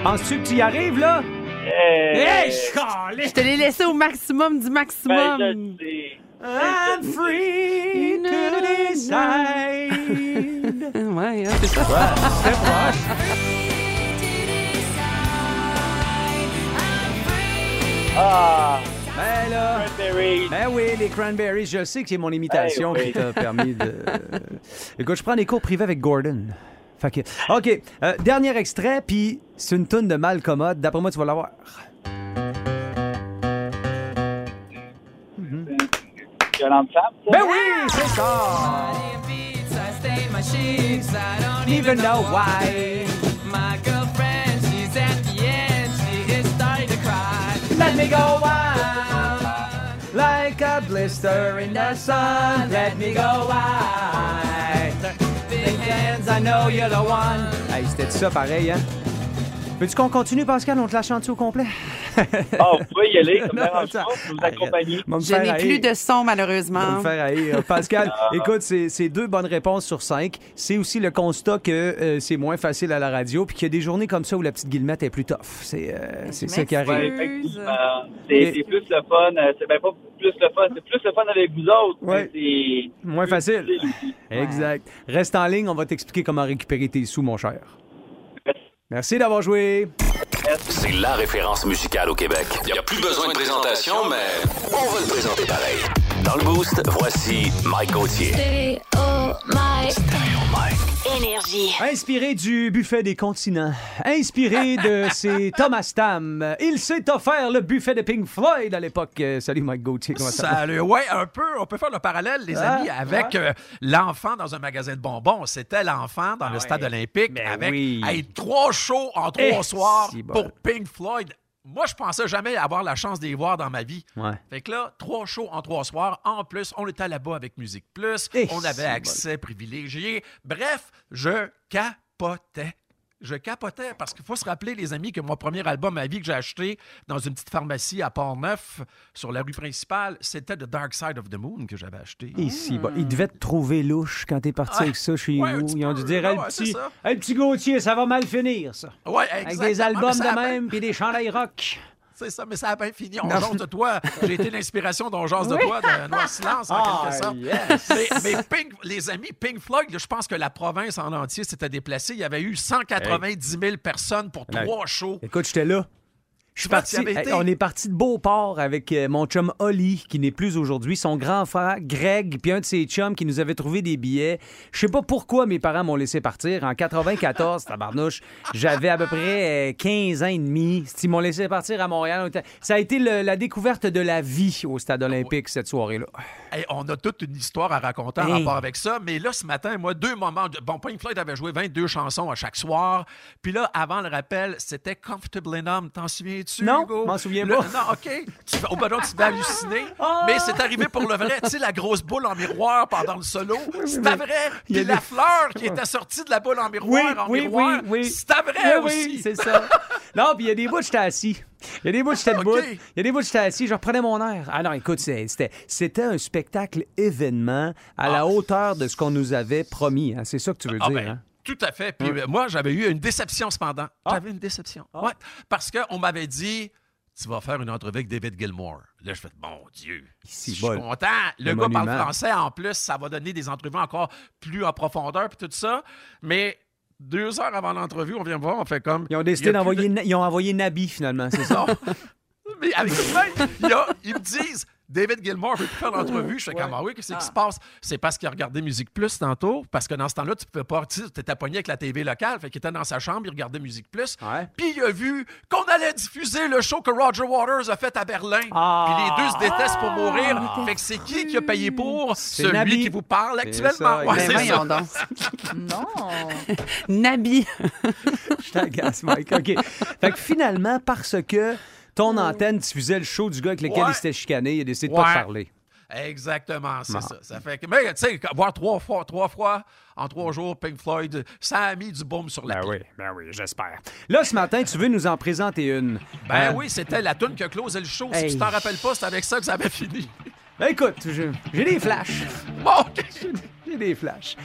[SPEAKER 2] Ensuite, tu y arrives, là? Hey,
[SPEAKER 3] Je te l'ai laissé au maximum du maximum.
[SPEAKER 12] Ben,
[SPEAKER 2] I'm free to decide.
[SPEAKER 3] ouais, hein, c'est ça.
[SPEAKER 2] Ah,
[SPEAKER 12] peu. Ah,
[SPEAKER 2] Ben là,
[SPEAKER 12] Cranberries.
[SPEAKER 2] ben oui, les Cranberries, je sais que c'est mon imitation
[SPEAKER 12] Eh oui.
[SPEAKER 2] qui t'a permis
[SPEAKER 12] [LAUGHS]
[SPEAKER 2] de... Écoute, je prends des cours privés avec Gordon. Fait que- OK, euh, dernier extrait, puis c'est une toune de malcommode. D'après moi, tu vas l'avoir.
[SPEAKER 12] violente femme. ça.
[SPEAKER 2] Ben oui, c'est ça! Even know why. Let me go wild. Like a blister in the sun. Let me go wild. Big hands, I know you're the one. Hey, c'était ça pareil, hein? Veux-tu qu'on continue, Pascal? On te la chante au complet?
[SPEAKER 12] Ah, vous pouvez
[SPEAKER 2] [LAUGHS]
[SPEAKER 12] y aller, ça me
[SPEAKER 2] Non,
[SPEAKER 12] dérange
[SPEAKER 2] ça-
[SPEAKER 12] pas, je vous accompagner.
[SPEAKER 2] Va me
[SPEAKER 3] Je
[SPEAKER 2] faire
[SPEAKER 3] n'ai
[SPEAKER 2] haïr.
[SPEAKER 3] plus de son,
[SPEAKER 2] Va
[SPEAKER 3] malheureusement.
[SPEAKER 2] me faire haïr. Pascal, écoute, c'est c'est deux bonnes réponses sur cinq. C'est aussi le constat que euh, c'est moins facile à la radio, puis qu'il y a des journées comme ça où la petite guillemette est plus tough. C'est euh, c'est ça qui
[SPEAKER 12] Ouais,
[SPEAKER 2] arrive.
[SPEAKER 12] effectivement.
[SPEAKER 2] Et-
[SPEAKER 12] C'est c'est plus le fun. euh, C'est ben pas plus le fun. C'est plus le fun avec vous autres.
[SPEAKER 2] Ouais.
[SPEAKER 12] mais C'est
[SPEAKER 2] Moins facile. Exact. Reste en ligne, on va t'expliquer comment récupérer tes sous, mon cher. Merci d'avoir joué.
[SPEAKER 7] C'est la référence musicale au Québec. Il n'y a plus besoin de présentation, mais on va le présenter pareil. Dans le boost, voici Mike Gauthier.
[SPEAKER 1] Énergie.
[SPEAKER 2] Inspiré du buffet des continents, inspiré de ses Thomas Tam, il s'est offert le buffet de Pink Floyd à l'époque. Euh, Salut Mike Gauthier, comment ça va?
[SPEAKER 11] Salut. Ouais, un peu. On peut faire le parallèle, les
[SPEAKER 2] Ah,
[SPEAKER 11] amis, avec
[SPEAKER 2] ouais.
[SPEAKER 11] euh, l'enfant dans un magasin de bonbons. C'était l'enfant dans le stade olympique avec
[SPEAKER 2] Ah Ben oui.
[SPEAKER 11] hey, trois shows en trois
[SPEAKER 2] Eh,
[SPEAKER 11] soirs
[SPEAKER 2] si bon.
[SPEAKER 11] pour Pink Floyd. Moi, je pensais jamais avoir la chance d'y voir dans ma vie.
[SPEAKER 2] Ouais.
[SPEAKER 11] Fait que là, trois shows en trois soirs. En plus, on était là-bas avec Musique Plus.
[SPEAKER 2] Eh,
[SPEAKER 11] on
[SPEAKER 2] si
[SPEAKER 11] avait accès privilégié. Bref, je capotais. Je capotais parce qu'il faut se rappeler, les amis, que mon premier album à vie que j'ai acheté dans une petite pharmacie à Port-Neuf, sur la rue principale, c'était The Dark Side of the Moon que j'avais acheté.
[SPEAKER 2] Ici, bon, ils devaient te trouver louche quand t'es parti
[SPEAKER 11] Ouais.
[SPEAKER 2] avec ça chez
[SPEAKER 11] Ouais, un
[SPEAKER 2] nous.
[SPEAKER 11] petit
[SPEAKER 2] Ils ont dû
[SPEAKER 11] peu,
[SPEAKER 2] dire,
[SPEAKER 11] là,
[SPEAKER 2] hey, le
[SPEAKER 11] ouais, c'est
[SPEAKER 2] petit,
[SPEAKER 11] ça.
[SPEAKER 2] hey, le petit Gauthier, ça va mal finir, ça.
[SPEAKER 11] Ouais,
[SPEAKER 2] avec
[SPEAKER 11] exactement,
[SPEAKER 2] des
[SPEAKER 11] mais
[SPEAKER 2] albums
[SPEAKER 11] ça a
[SPEAKER 2] de
[SPEAKER 11] bien-
[SPEAKER 2] même, puis des chandails rock.
[SPEAKER 11] C'est ça, mais ça a bien fini. On
[SPEAKER 2] Non.
[SPEAKER 11] jase de toi. J'ai été l'inspiration d'On jase de
[SPEAKER 2] Oui.
[SPEAKER 11] toi, de Noir Silence, en
[SPEAKER 2] Ah,
[SPEAKER 11] quelque sorte.
[SPEAKER 2] yes.
[SPEAKER 11] Mais, mais Pink- les amis, Pink Floyd, là, je pense que la province en entier s'était déplacée. Il y avait eu 190 000 personnes pour
[SPEAKER 2] Hey.
[SPEAKER 11] trois shows.
[SPEAKER 2] Écoute, j'étais là. Je suis
[SPEAKER 11] Tu vois,
[SPEAKER 2] parti.
[SPEAKER 11] tu y avais été.
[SPEAKER 2] Hey, on est parti de Beauport avec euh, mon chum Oli, qui n'est plus aujourd'hui, son grand frère Greg, puis un de ses chums qui nous avait trouvé des billets. Je sais pas pourquoi mes parents m'ont laissé partir. En 94, [LAUGHS] tabarnouche, j'avais à peu près euh, 15 ans et demi. Ils m'ont laissé partir à Montréal. On était- Ça a été le- la découverte de la vie au Stade olympique cette soirée-là.
[SPEAKER 11] Ah Hey, on a toute une histoire à raconter en
[SPEAKER 2] Hey.
[SPEAKER 11] rapport avec ça. Mais là, ce matin, moi, deux moments. de- Bon, Pink Floyd avait joué 22 chansons à chaque soir. Puis là, avant le rappel, c'était Comfortably Numb. T'en souviens-tu?
[SPEAKER 2] Non,
[SPEAKER 11] Hugo?
[SPEAKER 2] m'en souviens
[SPEAKER 11] Le-
[SPEAKER 2] pas. Ah.
[SPEAKER 11] Non, OK. Tu, vas- oh, ben non, tu vas
[SPEAKER 2] [LAUGHS]
[SPEAKER 11] halluciner. Mais c'est arrivé pour le vrai. Tu sais, la grosse boule en miroir pendant le solo. C'était vrai.
[SPEAKER 2] il y
[SPEAKER 11] Puis
[SPEAKER 2] a
[SPEAKER 11] la
[SPEAKER 2] des-
[SPEAKER 11] fleur
[SPEAKER 2] [LAUGHS]
[SPEAKER 11] qui était sortie de la boule en miroir, en miroir. C'était vrai
[SPEAKER 2] Ah
[SPEAKER 11] [LAUGHS]
[SPEAKER 2] Oui, oui,
[SPEAKER 11] aussi.
[SPEAKER 2] c'est ça. Non, puis il y a des bouts, j'étais assis. Il y a des bouts, j'étais debout.
[SPEAKER 11] OK.
[SPEAKER 2] Il y a des bouts, j'étais assis. Je reprenais mon air. Ah non, écoute, c'est- c'était, c'était un spectacle événement à la hauteur de ce qu'on nous avait promis. hein. C'est ça que tu veux
[SPEAKER 11] Ah
[SPEAKER 2] dire.
[SPEAKER 11] ben,
[SPEAKER 2] hein? Ah.
[SPEAKER 11] Tout à fait. Puis euh, moi, j'avais eu une déception cependant. J'avais une déception. Ouais. Parce qu'on m'avait dit Tu vas faire une entrevue avec David Gilmour. Là, je fais Mon Dieu. Je suis
[SPEAKER 2] bol.
[SPEAKER 11] content. Le,
[SPEAKER 2] Le
[SPEAKER 11] gars parle
[SPEAKER 2] monument.
[SPEAKER 11] français en plus. Ça va donner des entrevues encore plus en profondeur puis tout ça. Mais deux heures avant l'entrevue, on vient me voir, on fait comme.
[SPEAKER 2] Ils ont
[SPEAKER 11] Il
[SPEAKER 2] décidé
[SPEAKER 11] y a plus
[SPEAKER 2] d'envoyer.
[SPEAKER 11] de-
[SPEAKER 2] Na- Ils ont envoyé Nabi, finalement, c'est ça?
[SPEAKER 11] [LAUGHS] Non. Mais avec eux-mêmes, il y a- ils me disent David Gilmour veut plus faire l'entrevue. Je fais comme Ah oui, qu'est-ce qui se passe C'est parce qu'il a regardé Musique Plus tantôt, parce que dans ce temps-là, tu pouvais pas, tu étais pogné avec la TV locale. Fait qu'il était dans sa chambre, il regardait Musique Plus.
[SPEAKER 2] Ouais.
[SPEAKER 11] Puis il a vu qu'on allait diffuser le show que Roger Waters a fait à Berlin.
[SPEAKER 2] Ah.
[SPEAKER 11] Puis les deux se détestent pour mourir. fait que c'est qui qui a payé pour Celui
[SPEAKER 2] Nabi.
[SPEAKER 11] qui vous parle
[SPEAKER 2] C'est
[SPEAKER 11] actuellement. Ouais,
[SPEAKER 2] ça,
[SPEAKER 3] Ben
[SPEAKER 11] c'est ça.
[SPEAKER 3] voyons donc.
[SPEAKER 4] Non.
[SPEAKER 3] [LAUGHS] Nabi.
[SPEAKER 2] Je t'agace, Mike. OK. Fait que finalement, parce que Ton antenne diffusait le show du gars avec lequel
[SPEAKER 11] Ouais.
[SPEAKER 2] il s'était chicané. Il a décidé de
[SPEAKER 11] Ouais.
[SPEAKER 2] pas parler.
[SPEAKER 11] Exactement, c'est
[SPEAKER 2] Non.
[SPEAKER 11] ça. Ça fait que, mais tu sais, voir trois fois, trois fois en trois jours Pink Floyd, ça a mis du baume sur la
[SPEAKER 2] Ben oui, ben oui, j'espère. Là, ce matin, tu veux nous en présenter une.
[SPEAKER 11] Ben
[SPEAKER 2] Euh,
[SPEAKER 11] oui, c'était la toune que closait le show.
[SPEAKER 2] Hey.
[SPEAKER 11] Si tu t'en rappelles pas, c'est avec ça que ça avait fini.
[SPEAKER 2] Ben écoute, je- j'ai des flashs.
[SPEAKER 11] Bon,
[SPEAKER 2] J'ai des flashs.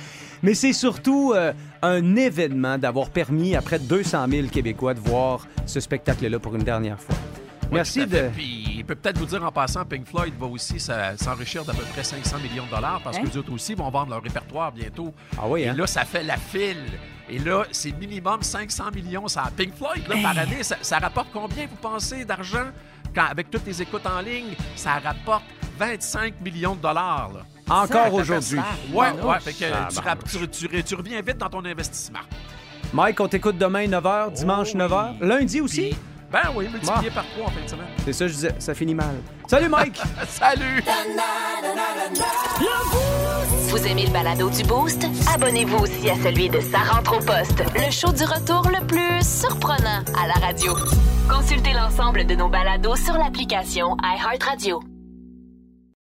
[SPEAKER 2] Mais c'est surtout euh, un événement d'avoir permis à près de 200 000 Québécois de voir ce spectacle-là pour une dernière fois. Merci de...
[SPEAKER 11] Puis, il peut peut-être vous dire en passant, Pink Floyd va aussi ça- s'enrichir d'à peu près 500 millions de dollars parce
[SPEAKER 2] Hein?
[SPEAKER 11] que les autres aussi vont vendre leur répertoire bientôt.
[SPEAKER 2] Ah oui,
[SPEAKER 11] Et
[SPEAKER 2] hein?
[SPEAKER 11] là, ça fait la file. Et là, c'est minimum 500 millions. Ça, Pink Floyd, là,
[SPEAKER 2] Eh.
[SPEAKER 11] par année, ça, ça rapporte combien, vous pensez, d'argent? Quand, avec toutes les écoutes en ligne, ça rapporte 25 millions de dollars. là.
[SPEAKER 2] Encore aujourd'hui.
[SPEAKER 11] Ouais,
[SPEAKER 2] Ah,
[SPEAKER 11] ouais. Fait que
[SPEAKER 2] ah,
[SPEAKER 11] tu, rap- tu- tu- tu reviens vite dans ton investissement.
[SPEAKER 2] Mike, on t'écoute demain 9h, dimanche 9h, lundi aussi.
[SPEAKER 11] Oh Ben oui, multiplié
[SPEAKER 2] Ah.
[SPEAKER 11] par trois en fin de semaine. [LAUGHS]
[SPEAKER 2] C'est ça que je disais, ça finit mal. Salut Mike!
[SPEAKER 11] Salut!
[SPEAKER 1] Vous aimez le balado du Boost? Abonnez-vous aussi à celui de Sa rentre au poste, le show du retour le plus surprenant à la radio. Consultez l'ensemble de nos balados sur l'application iHeartRadio.